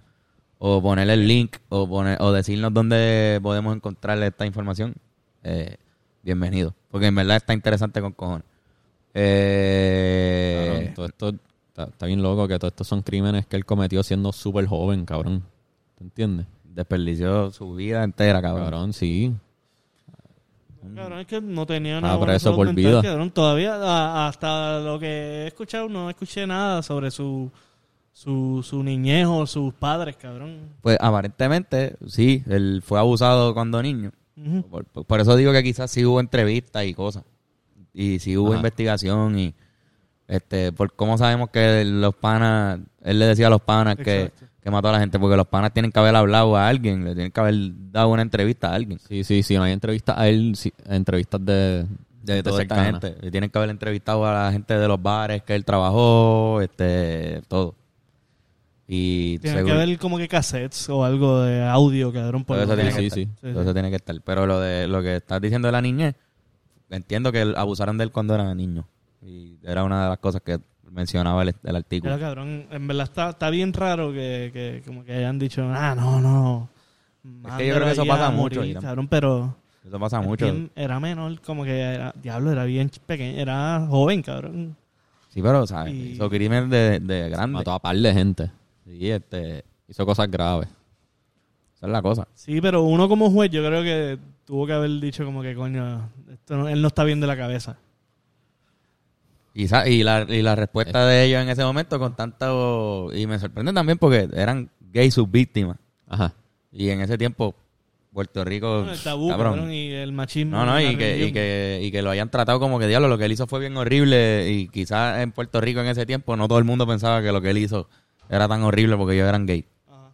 o poner el link, o, poner, o decirnos dónde podemos encontrar esta información. Eh, bienvenido. Porque en verdad está interesante con cojones. Eh,
Cabrón, Eh, todo esto está, está bien loco que todos estos son crímenes que él cometió siendo súper joven, cabrón. ¿Te entiendes?
desperdició su vida entera, cabrón.
Cabrón, sí.
Cabrón, es que no tenía
Ah,
nada.
pero eso por vida.
Cabrón. Todavía, a- hasta lo que he escuchado, no escuché nada sobre su, su, su niñez o sus padres, cabrón.
Pues aparentemente, sí, él fue abusado cuando niño.
Ujú.
Por, por- por eso digo que quizás sí hubo entrevistas y cosas. Y sí hubo
Ajá.
investigación y este, por cómo sabemos que los panas, él le decía a los panas que,
Exacto.
que mató a la gente, porque los panas tienen que haber hablado a alguien, le tienen que haber dado una entrevista a alguien.
Sí, sí, sí. No hay entrevistas a él, sí, entrevistas de,
De,
de
toda esta
cercana.
gente. Y tienen que haber entrevistado a la gente de los bares que él trabajó, este, todo. Y
Tiene que
seguro-
haber como que cassettes o algo de audio, cabrón. Por
Todo
lo
eso tiene
menos.
que
sí,
estar.
sí.
Todo eso tiene que estar. Pero lo de lo que estás diciendo de la niñez, entiendo que abusaron de él cuando era niño. Y era una de las cosas que mencionaba el, el
Pero,
artículo.
cabrón, en verdad está, está bien raro que, que como que hayan dicho, ah, no, no.
yo creo que eso
mándalo ahí
pasa
a
mucho,
morir,
Irán.
cabrón, pero
Eso pasa
el
mucho.
bien- era menor, como que era, diablo, era bien pequeño, era joven, cabrón.
Sí, pero, ¿sabes?
Y-
Hizo crimen de, de grande.
Mató a par de gente.
Sí, este,
Hizo cosas graves.
esa es la cosa.
Sí, pero uno como juez, yo creo que tuvo que haber dicho como que, coño, esto no- él no está bien de la cabeza.
Y, sa- y, la, y la respuesta de ellos en ese momento con tanto... Y me sorprende también porque eran gays sus víctimas.
Ajá.
Y en ese tiempo, Puerto Rico...
Bueno, el tabú,
cabrón,
cabrón, y el machismo.
No, no,
la
y que, y,
religión.
que, y que lo hayan tratado como que diablo, lo que él hizo fue bien horrible y quizás en Puerto Rico en ese tiempo no todo el mundo pensaba que lo que él hizo era tan horrible porque ellos eran gay.
Ajá.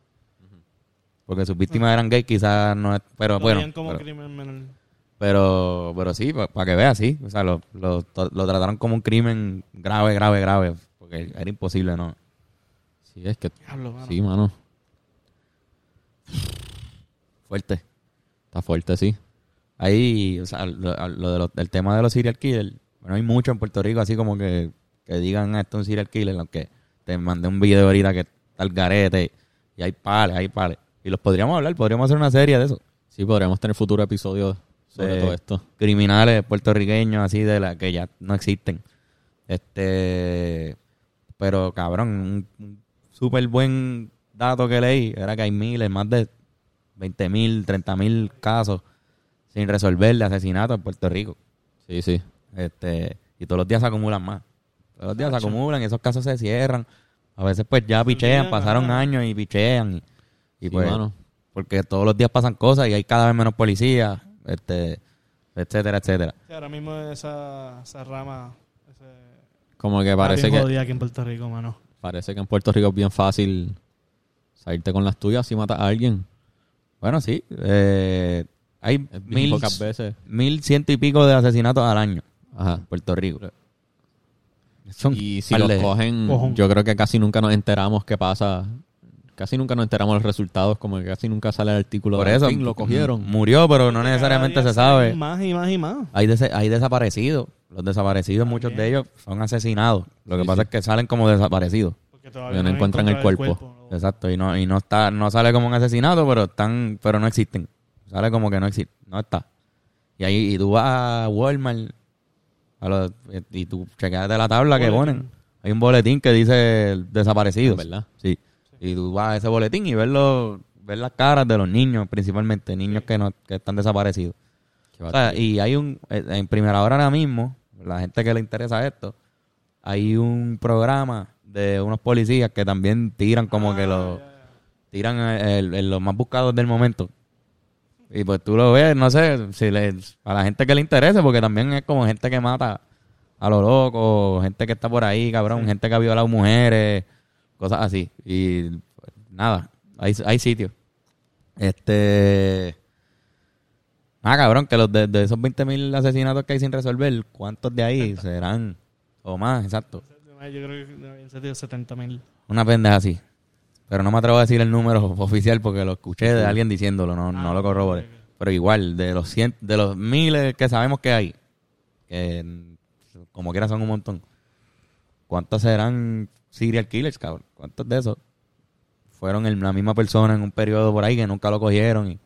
Porque sus víctimas eran gay, quizás no es... Pero
Lo
bueno,
veían como
pero,
crimen menor.
pero, pero sí, para que veas, sí. O sea, lo, lo, to- lo trataron como un crimen grave, grave, grave, porque era imposible, ¿no?
Sí, es que...
Diablo, mano.
Sí, mano.
Fuerte.
Está fuerte, sí.
Ahí, o sea, lo, lo de los- del tema de los serial killers, bueno, hay mucho en Puerto Rico así como que, que digan "Ah, esto es un serial killer, aunque te mandé un video ahorita que está el garete y hay pales, hay pales. Y los podríamos hablar, podríamos hacer una serie de eso.
Sí, podríamos tener futuro episodio sobre
de
todo esto.
Criminales puertorriqueños así de la que ya no existen. Este, pero cabrón, un, un súper buen dato que leí era que hay miles, más de 20 mil, 30 mil casos sin resolver de asesinatos en Puerto Rico.
Sí, sí.
Este, y todos los días se acumulan más. Todos los días se acumulan, esos casos se cierran. A veces pues ya pichean,
olvidan,
pasaron
ajá.
años y pichean. Y, y,
Sí,
pues,
mano.
porque todos los días pasan cosas y hay cada vez menos policías, este, etcétera, etcétera.
Sí, Ahora mismo esa, esa rama ese-
Como que
está
parece
bien
que...
jodida aquí en Puerto Rico, mano.
Parece que en Puerto Rico es bien fácil salirte con las tuyas si matas a alguien.
Bueno, sí, eh, hay
Es bien
mil,
pocas veces.
mil ciento y pico de asesinatos al año
Ajá.
en Puerto Rico. Son
Y si
par
los
de-
cogen,
Cojón.
yo creo que casi nunca nos enteramos qué pasa casi nunca nos enteramos de los resultados, como que casi nunca sale el artículo
Por
de
eso mm,
al fin lo cogieron.
Murió, pero no necesariamente
Cada
se
día
sabe.
Más y más y más.
Hay, dese- hay desaparecidos. Los desaparecidos, muchos de ellos son asesinados. Lo que
Sí,
pasa
sí.
es que salen como desaparecidos.
Porque
Porque no encuentran el
encontrado
cuerpo.
Exacto. Y no, y no está, no sale como un asesinato, pero están, pero no existen. Sale como que no existe, no está. Y ahí, y tú vas a Walmart, a los- y tú checas de la tabla que
Boletín.
ponen. Hay un boletín que dice desaparecidos.
Ah, ¿verdad?
Sí. Y tú vas a ese boletín y ves los- ver las caras de los niños, principalmente, niños que no, que están desaparecidos.
Qué
O sea,
barbaridad.
y hay un, eh, en primera hora ahora mismo, la gente que le interesa esto, hay un programa de unos policías que también tiran como que los, tiran el- el- los más buscados del momento. Y pues tú lo ves, no sé, si le, a la gente que le interese, porque también es como gente que mata a lo loco, gente que está por ahí, cabrón, gente que ha violado mujeres, cosas así. Y pues, nada, hay, hay sitios. Este... Ah, cabrón, que los de, de esos 20.000 asesinatos que hay sin resolver, ¿cuántos de ahí serán? O más, exacto.
Yo creo que habían sido 70 mil.
Una pendeja así. Pero no me atrevo a decir el número oficial porque lo escuché de alguien diciéndolo, no, no lo corroboré. Pero igual, de los cien, de los miles que sabemos que hay, que como quiera son un montón, ¿cuántos serán serial killers, cabrón? ¿Cuántos de esos fueron el- la misma persona en un periodo por ahí que nunca lo cogieron? Y,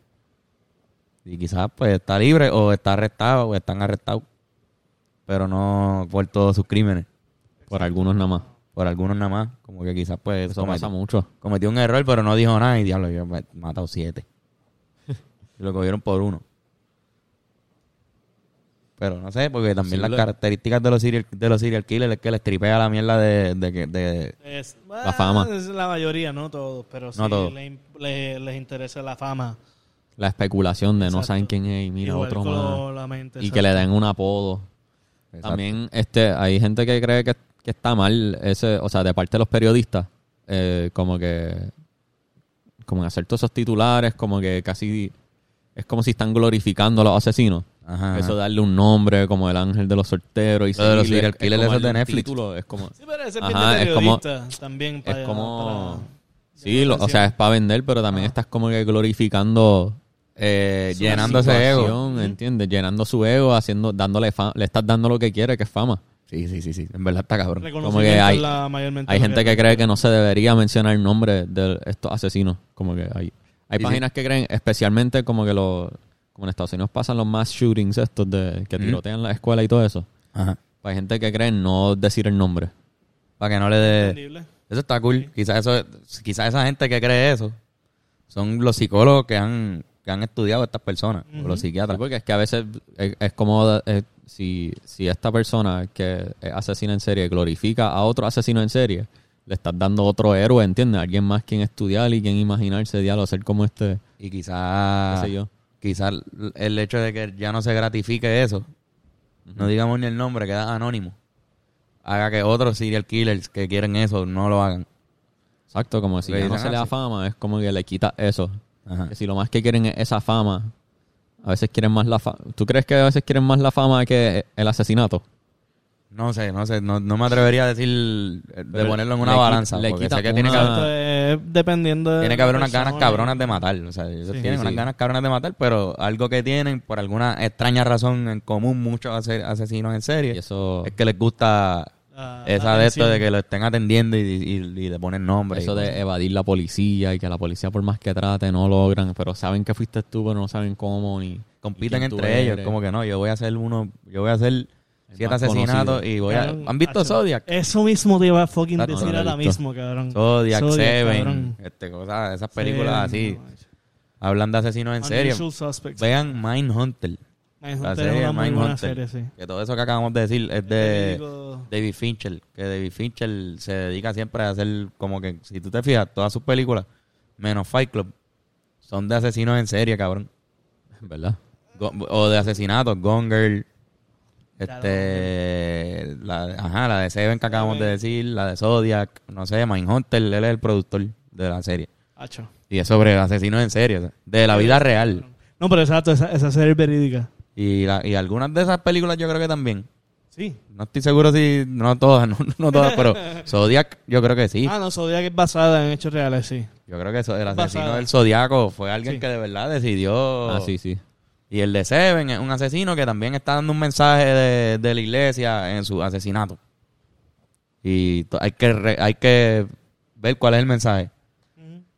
y quizás pues está libre o está arrestado o están arrestados, pero no por todos sus crímenes.
Por algunos nada más.
Por algunos nada más, como que quizás pues
Eso pasa
sometió-
mucho.
cometió un error, pero no dijo nada. Y diablo, yo he matado siete. y lo cogieron por uno. Pero no sé, porque también
Sí,
las
lo-
características de los serial, de los serial killers es que les tripea la mierda de, de, que- de-
Es,
La fama.
es la mayoría, no todos, pero sí
No todos.
le im- le- les interesa la fama.
La especulación de no
Exacto.
saben quién es y mira
Igual
otro
con
más.
la mente,
Y
exacto.
que le den un apodo.
Exacto.
También este, hay gente que cree que, que está mal, ese, o sea, de parte de los periodistas, eh, como que como en hacer todos esos titulares, como que casi es como si están glorificando a los asesinos.
Ajá.
Eso de darle un nombre, como el ángel de los sorteros y
Lo de los
seguirle,
serial
es
killers
como
esos de
darle un
Netflix.
título, es como,
Sí, pero ese es
Ajá,
bien de
es como-
periodista también.
es
para-
como
para-
sí, lo- o sea, es para vender, pero también estás como que glorificando
eh,
su
llenando ese ego.
situación, ¿entiendes? Llenando su ego, haciendo, dándole fa- le estás dando lo que quiere, que es fama.
Sí, sí, sí, sí. En verdad está cabrón.
Reconocimiento
que hay-
es la mayormente
Hay
lo
gente que cree que no se debería mencionar el nombre de estos asesinos. Como que hay, hay
Sí,
páginas que creen, especialmente como que los, como en Estados Unidos pasan los mass shootings estos de que
Ujú.
tirotean la escuela y todo eso.
Ajá.
Hay gente que cree en no decir el nombre.
Para que no le dé.
Entendible.
Eso está cool. Quizás eso, quizás esa gente que cree eso son los psicólogos que han, que han estudiado a estas personas, o los
Sí,
psiquiatras.
porque es que a veces es, es como eh, si, si esta persona que es asesina en serie glorifica a otro asesino en serie, le estás dando otro héroe, ¿entiendes? Alguien más quien estudiar y quien imaginarse diálogo, ser como este.
Y quizás
Qué sé yo.
quizás el hecho de que ya no se gratifique eso, no digamos ni el nombre, queda anónimo, haga que otros serial killers que quieren eso no lo hagan.
Exacto, como si
Le
ya no
dicen,
se le
"Ah,
da
sí".
fama, es como que le quita eso.
Ajá.
Que si lo más que quieren es esa fama, a veces quieren más la fama. ¿Tú crees que a veces quieren más la fama que el asesinato?
No sé, no sé, no, no me atrevería a decir eh, de
Pero
ponerlo en
le
una
quita-
balanza,
le
porque
quita
sé que tiene que
una-
haber,
Esto es dependiendo de
Ah. tiene que
la
haber unas ganas
persona.
cabronas de matar, o sea, ellos tienen
sí.
unas ganas cabronas de matar, pero algo que tienen por alguna extraña razón en común muchos ase- asesinos en serie
Y eso,
es que les gusta
La- la
esa de esto
atención.
de que lo estén atendiendo y, y- y le ponen nombre. y
eso
cosas.
de evadir la policía y que la policía por más que trate no logran, pero saben que fuiste tú, pero no saben cómo ni...
compiten entre ellos. Como que no, yo voy a hacer uno, yo voy a hacer siete
más
asesinatos
conocido.
y voy a.
Cabrón,
¿Han visto
hacho, eh,
Zodiac?
Eso mismo te iba a fucking
Exacto,
decir
no lo he
ahora
visto.
mismo, cabrón.
Zodiac, Seven,
cabrón.
este, cosas, esas películas
Seven, no,
así.
macho.
Hablan de asesinos en serie.
Unusual Suspects.
Vean Mindhunter.
Mindhunter
La
es
serie
una muy buena
Mindhunter.
serie, sí.
Que todo eso que acabamos de decir es
Te
de
digo-
David Fincher. Que David Fincher se dedica siempre a hacer como que, si tú te fijas, todas sus películas, menos Fight Club, son de asesinos en serie, cabrón.
¿Verdad?
Go- o de asesinatos, Gone Girl.
Ya,
Este, la, ajá, la de Seven que acabamos de decir, la de Zodiac, no sé, Mindhunter, él es el productor de la serie.
Hacho.
Y es sobre asesinos en serie, o sea, de la vida real.
No, pero exacto, esa, esa serie es verídica.
Y, la- y algunas de esas películas yo creo que también.
Sí.
No estoy seguro si, no todas, no, no todas, pero Zodiac yo creo que sí.
Ah, no, Zodiac es basada en hechos reales, sí.
Yo creo que eso, el asesino
Basada.
del Zodiaco fue alguien
Sí.
que de verdad decidió.
Ah, sí, sí.
Y el de Seven es un asesino que también está dando un mensaje de, de la iglesia en su asesinato. Y to- hay que, re- hay que ver cuál es el mensaje.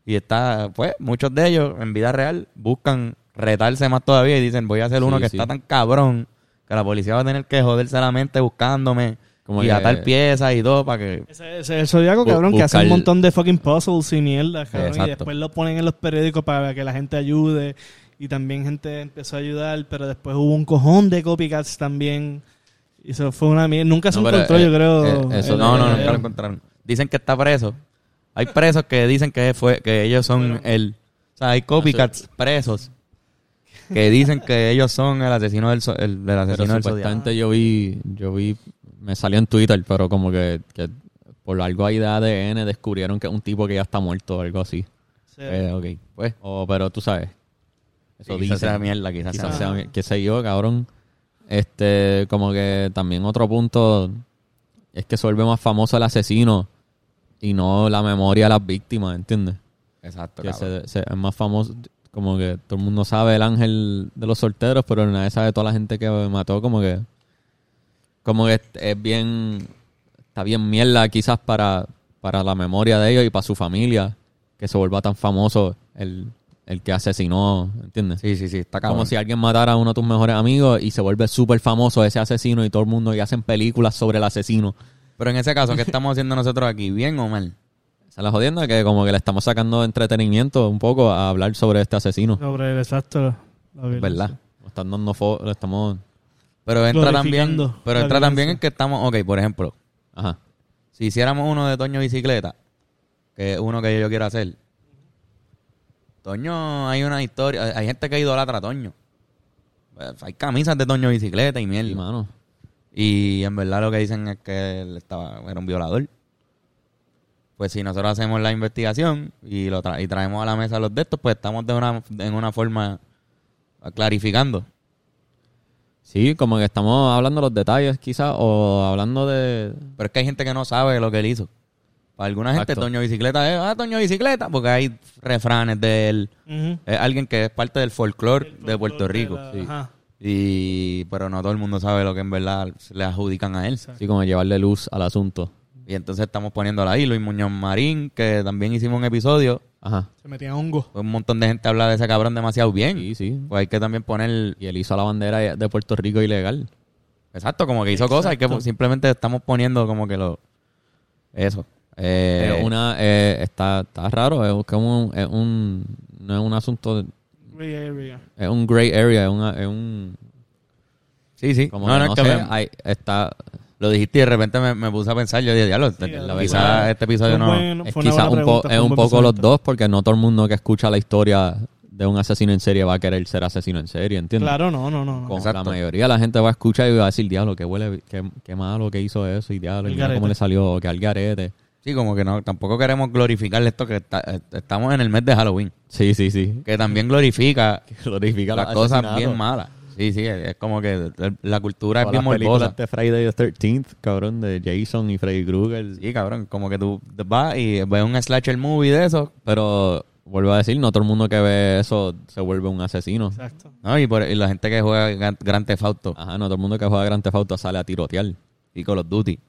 Y está, pues, muchos de ellos en vida real buscan retarse más todavía y dicen, voy a hacer uno
Sí,
que
sí.
está tan cabrón que la policía va a tener que joderse la mente buscándome
Como
y
que-
atar piezas y todo para que...
Ese, ese es el zodiaco,
Bu-
cabrón, que hace
buscar-
un montón de fucking puzzles y mierda, cabrón. Y
Exacto.
después lo ponen en los periódicos para que la gente ayude. Y también gente empezó a ayudar, pero después hubo un cojón de copycats también. Y eso fue una mierda. Nunca se
No, pero,
encontró,
eh,
yo creo.
eh, eso-
Eso,
el
no, no, nunca
verdadero.
lo encontraron. Dicen que está preso. Hay presos que dicen que fue que ellos son el... O sea, hay copycats presos que dicen que ellos son el asesino del, zo- el, del
Pero
asesino del zodiaco.
supuestamente yo vi, yo vi, me salió en Twitter, pero como que, que por algo ahí de ADN descubrieron que es un tipo que ya está muerto o algo así.
Sí.
Eh, ok.
Pues,
O, pero tú sabes. Eso
quizás
dicen.
sea mierda, quizás,
Quizás
sea
sea, qué sé yo, cabrón. Este, como que también otro punto es que se vuelve más famoso el asesino y no la memoria de las víctimas, ¿entiendes?
Exacto,
Que
cabrón.
se, se- es más famoso, como que todo el mundo sabe el ángel de los solteros, pero nadie sabe toda la gente que mató, como que. Como que es, es bien. Está bien mierda, quizás para, para la memoria de ellos y para su familia, que se vuelva tan famoso el, el que asesinó, ¿entiendes?
Sí, sí, sí, está cabrón.
Como si alguien matara a uno de tus mejores amigos y se vuelve súper famoso ese asesino y todo el mundo y hacen películas sobre el asesino.
Pero en ese caso, ¿qué estamos haciendo nosotros aquí? ¿Bien o mal?
Se la jodienda que como que le estamos sacando entretenimiento un poco a hablar sobre este asesino.
Sobre el exacto. la violencia.
¿Verdad? Nos están dando fo- le estamos...
Pero entra también,
Glorificando
pero
la
entra también
violencia.
en que estamos, ok, por ejemplo,
Ajá.
si hiciéramos uno de Toño Bicicleta, que es uno que yo quiero hacer, Toño, hay una historia, hay gente que idolatra a Toño. Eh, Hay camisas de Toño Bicicleta y
Y,
mierda.
mano,
Y en verdad lo que dicen es que él estaba, era un violador. Pues si nosotros hacemos la investigación y lo tra- y traemos a la mesa los de estos, pues estamos de una, en una forma clarificando.
Sí, como que estamos hablando los detalles quizás o hablando de...
Pero es que hay gente que no sabe lo que él hizo. Para alguna gente,
Exacto.
Toño Bicicleta es, ah, Toño Bicicleta, porque hay refranes de él.
Ujú.
Es alguien que es parte del folclore de Puerto
Folclore
Rico.
la-
Sí.
Ajá.
Y, pero no todo el mundo sabe lo que en verdad le adjudican a él.
Sí, como llevarle luz al asunto.
Y entonces estamos poniéndola ahí. Luis Muñoz Marín, que también hicimos un episodio.
Ajá.
Se metían hongo.
Un montón de gente habla de ese cabrón demasiado bien.
Sí, sí.
Pues hay que también poner...
Y él hizo la bandera de Puerto Rico ilegal.
Exacto, como que hizo cosas. Hay que
Exacto.
simplemente estamos poniendo como que lo... Eso. Eh,
Es una, eh, está, está raro, es como un, es un- no es un asunto, de-
Gray area.
es un gray area, es, una- es un,
Sí, sí.
como
No,
que
no,
no
es que
sé,
me-
hay- está,
Lo dijiste y de repente me, me puse a pensar, yo dije, diablo,
Sí, la
quizás
verdad.
este episodio
Fue un
no...
buen-
es
fue una
quizás
buena
un, po-
pregunta, fue
es un
buen
poco los
pensamiento.
dos porque no todo el mundo que escucha la historia de un asesino en serie va a querer ser asesino en serie, ¿entiendes?
Claro, no, no, no. no.
Como la
Exacto.
mayoría de la gente va a escuchar y va a decir, diablo, qué huele, qué, qué malo que hizo eso y diablo, y
El
mira cómo
garete.
le salió, o que al garete.
Sí, como que no, tampoco queremos glorificar esto que está- eh, estamos en el mes de Halloween,
Sí, sí, sí.
que también glorifica
Glorifica
las
los
cosas
asesinatos.
bien malas. Sí, sí, es es como que la cultura es
Todas
bien
las películas
morbosa.
de Friday the 13th, cabrón, de Jason y Freddy Krueger.
Sí, cabrón, como que tú vas y ves un slasher movie de eso,
Pero vuelvo a decir, no todo el mundo que ve eso se vuelve un asesino.
Exacto.
¿no? Y, por, y la gente que juega Gran, Grand Theft Auto
Ajá, no todo el mundo que juega Grand Theft Auto sale a tirotear.
y Call of Duty.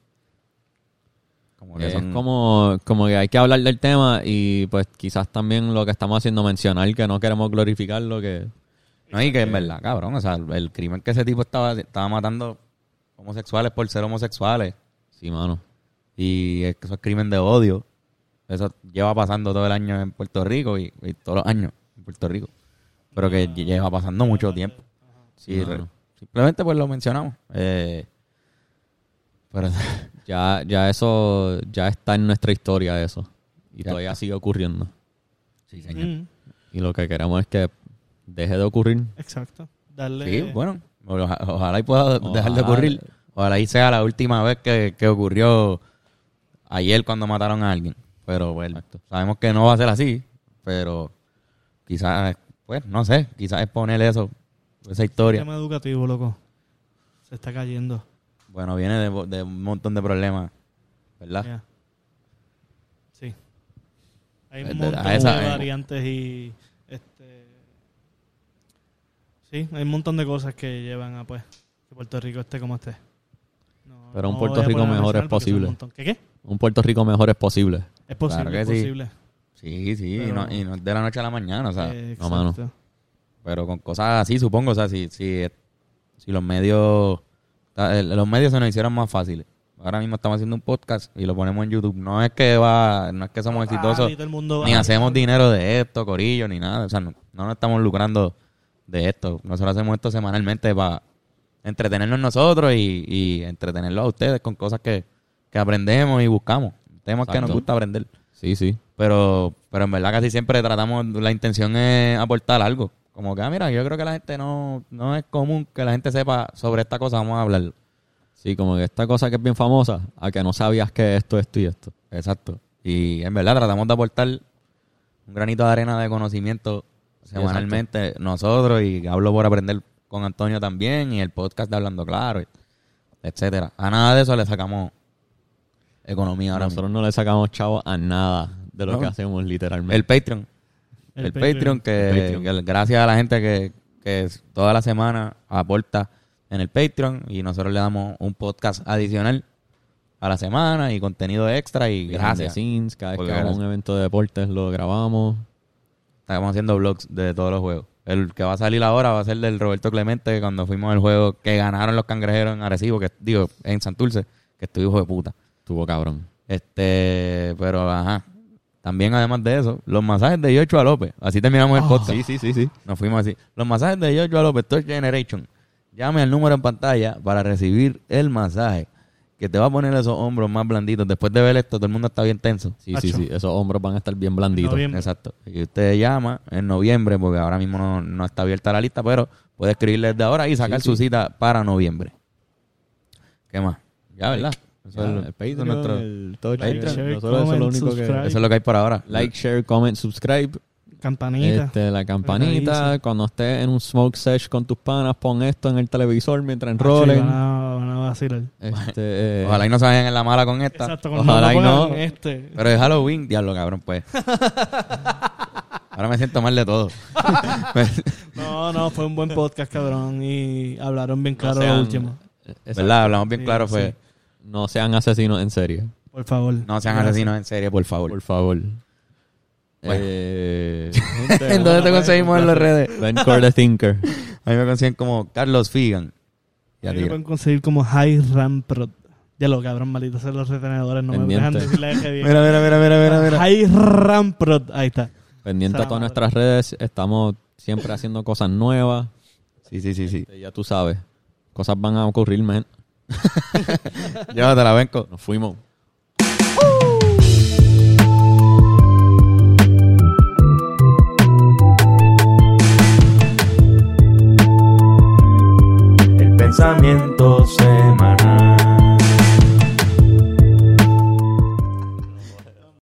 Como que
Es
son-
como, como que hay que hablar del tema y pues quizás también lo que estamos haciendo mencionar que no queremos glorificarlo, que
No, y que es verdad, cabrón, o sea, el crimen que ese tipo estaba, estaba matando homosexuales por ser homosexuales.
sí, mano.
y es que eso es crimen de odio. Eso lleva pasando todo el año en Puerto Rico y, y todos los años en Puerto Rico. Pero que lle- lleva pasando mucho tiempo.
Sí,
Y
mano.
re- simplemente pues lo mencionamos. Eh, pero
Ya, ya eso, ya está en nuestra historia eso. Y
Ya
todavía
está.
sigue ocurriendo.
sí, señor.
Mm,
Y lo que queremos es que deje de ocurrir.
Exacto. Darle.
Sí, bueno, oja- ojalá y pueda dejar de
Ojalá.
ocurrir. Ojalá y sea la última vez que, que ocurrió ayer cuando mataron a alguien. Pero bueno, sabemos que no va a ser así, pero quizás, pues no sé, quizás es poner eso, esa historia.
Sistema educativo, loco. Se está cayendo.
Bueno, viene de, bo- de un montón de problemas, ¿verdad?
Ya. Sí. Hay
Eh,
un
de-
montón
a esa-
de
eh.
variantes y. Este, sí, hay un montón de cosas que llevan a pues que Puerto Rico esté como esté. No-
Pero un
no
Puerto
voy a
Rico
poner a
mejor es
mencionar porque son un
posible.
montón. ¿Qué qué?
Un Puerto Rico mejor es posible.
Es posible,
Claro que
es
sí.
posible.
Sí, sí, y,
Pero-
no, y no es de la noche a la mañana, o sea,
Eh,
no, mano.
exacto.
pero con cosas así, supongo, o sea, si, si, si los medios, ta- eh, los medios se nos hicieron más fáciles. Ahora mismo estamos haciendo un podcast y lo ponemos en YouTube. No es que va, no es que somos
Ah,
exitosos,
y todo el mundo va-
ni hacemos dinero de esto, corillo, ni nada. O sea, no, no nos estamos lucrando de esto. Nosotros hacemos esto semanalmente para entretenernos nosotros y, y entretenerlos a ustedes con cosas que, que aprendemos y buscamos. Temas que nos
Exacto.
gusta aprender.
Sí, sí.
Pero, pero en verdad casi siempre tratamos, la intención es aportar algo. Como que, ah, mira, yo creo que la gente no, no es común que la gente sepa sobre esta cosa, vamos a hablarlo.
Sí, como que esta cosa que es bien famosa, a que no sabías que esto, esto y esto.
Exacto. Y en verdad tratamos de aportar un granito de arena de conocimiento semanalmente nosotros y hablo por aprender con Antonio también y el podcast de Hablando Claro, etcétera. A nada de eso le sacamos economía ahora
Nosotros no le sacamos chavo a nada de lo
No.
que hacemos,
mismo.
literalmente.
El Patreon.
El
El,
Patreon.
Patreon, que, que gracias a la gente que, que es- toda la semana aporta en el Patreon y nosotros le damos un podcast adicional a la semana y contenido extra y
Behind the
gracias.
scenes, cada vez
Porque
que hagamos un
gracias.
evento de deportes lo grabamos.
Estamos haciendo vlogs de todos los juegos. El que va a salir ahora va a ser del Roberto Clemente cuando fuimos al juego que ganaron los cangrejeros en Arecibo, que digo, en Santurce, que estuvo hijo de puta.
Estuvo cabrón.
Este, pero ajá. También además de eso, los masajes de Yocho a López. Así terminamos el podcast.
Ah. Sí, sí, sí, sí.
Nos fuimos así. Los masajes de Giorgio a López, Touch Generation. Llame al número en pantalla para recibir el masaje que te va a poner esos hombros más blanditos. Después de ver esto, todo el mundo está bien tenso.
Sí, sí,
Nacho.
sí. Esos hombros van a estar bien blanditos.
Noviembre.
Exacto. Y usted llama en noviembre, porque ahora mismo no, no está abierta la lista, pero puede escribirle desde ahora y sacar
Sí,
su
sí.
cita para noviembre. ¿Qué más? Ya, ¿verdad? Eso,
Ya,
es, lo-
el
eso es nuestro-
el Touch,
Like,
Patreon,
share,
nosotros eso es lo
comment,
único
subscribe.
que...
eso es lo que hay por ahora.
Like, share, comment, subscribe.
Campanita. Ah,
Este, la campanita.
Avisa.
Cuando estés en un smoke sesh con tus panas, pon esto en el televisor mientras
Ah, chico, Van
enrolen.
a, van a vacilar.
Este, eh,
Ojalá y no se vayan en la mala con esta.
Exacto, con
Ojalá y no.
pongan Este.
Pero es Halloween, diablo, cabrón, pues. Ahora me siento mal de todo. Pues,
No, no, fue un buen podcast, cabrón. Y hablaron bien claro
sean-
lo último.
exacto.
¿Verdad? Hablamos bien
Sí,
claro, fue.
sí.
No sean asesinos en serie,
Por favor.
No sean
Gracias.
asesinos en serie, por favor.
por favor.
Bueno.
Eh,
¿En dónde te conseguimos en las redes?
Ben Core the Thinker.
A mí me consiguen como Carlos Figan. Y a
Ahí
ti,
lo pueden conseguir como High Ram Pro. Ya lo cabrón, malditos sean los retenedores. No
Pendiente.
me dejan decir la F bien.
Mira, mira, mira, mira, mira. mira.
High Ram Pro. Ahí está.
Pendiente a
Sábado.
todas nuestras redes. Estamos siempre haciendo cosas nuevas.
Sí, sí, sí, sí.
Este, Ya tú sabes. Cosas van a ocurrir, man.
Llévatela, Benco.
Nos fuimos.
El pensamiento se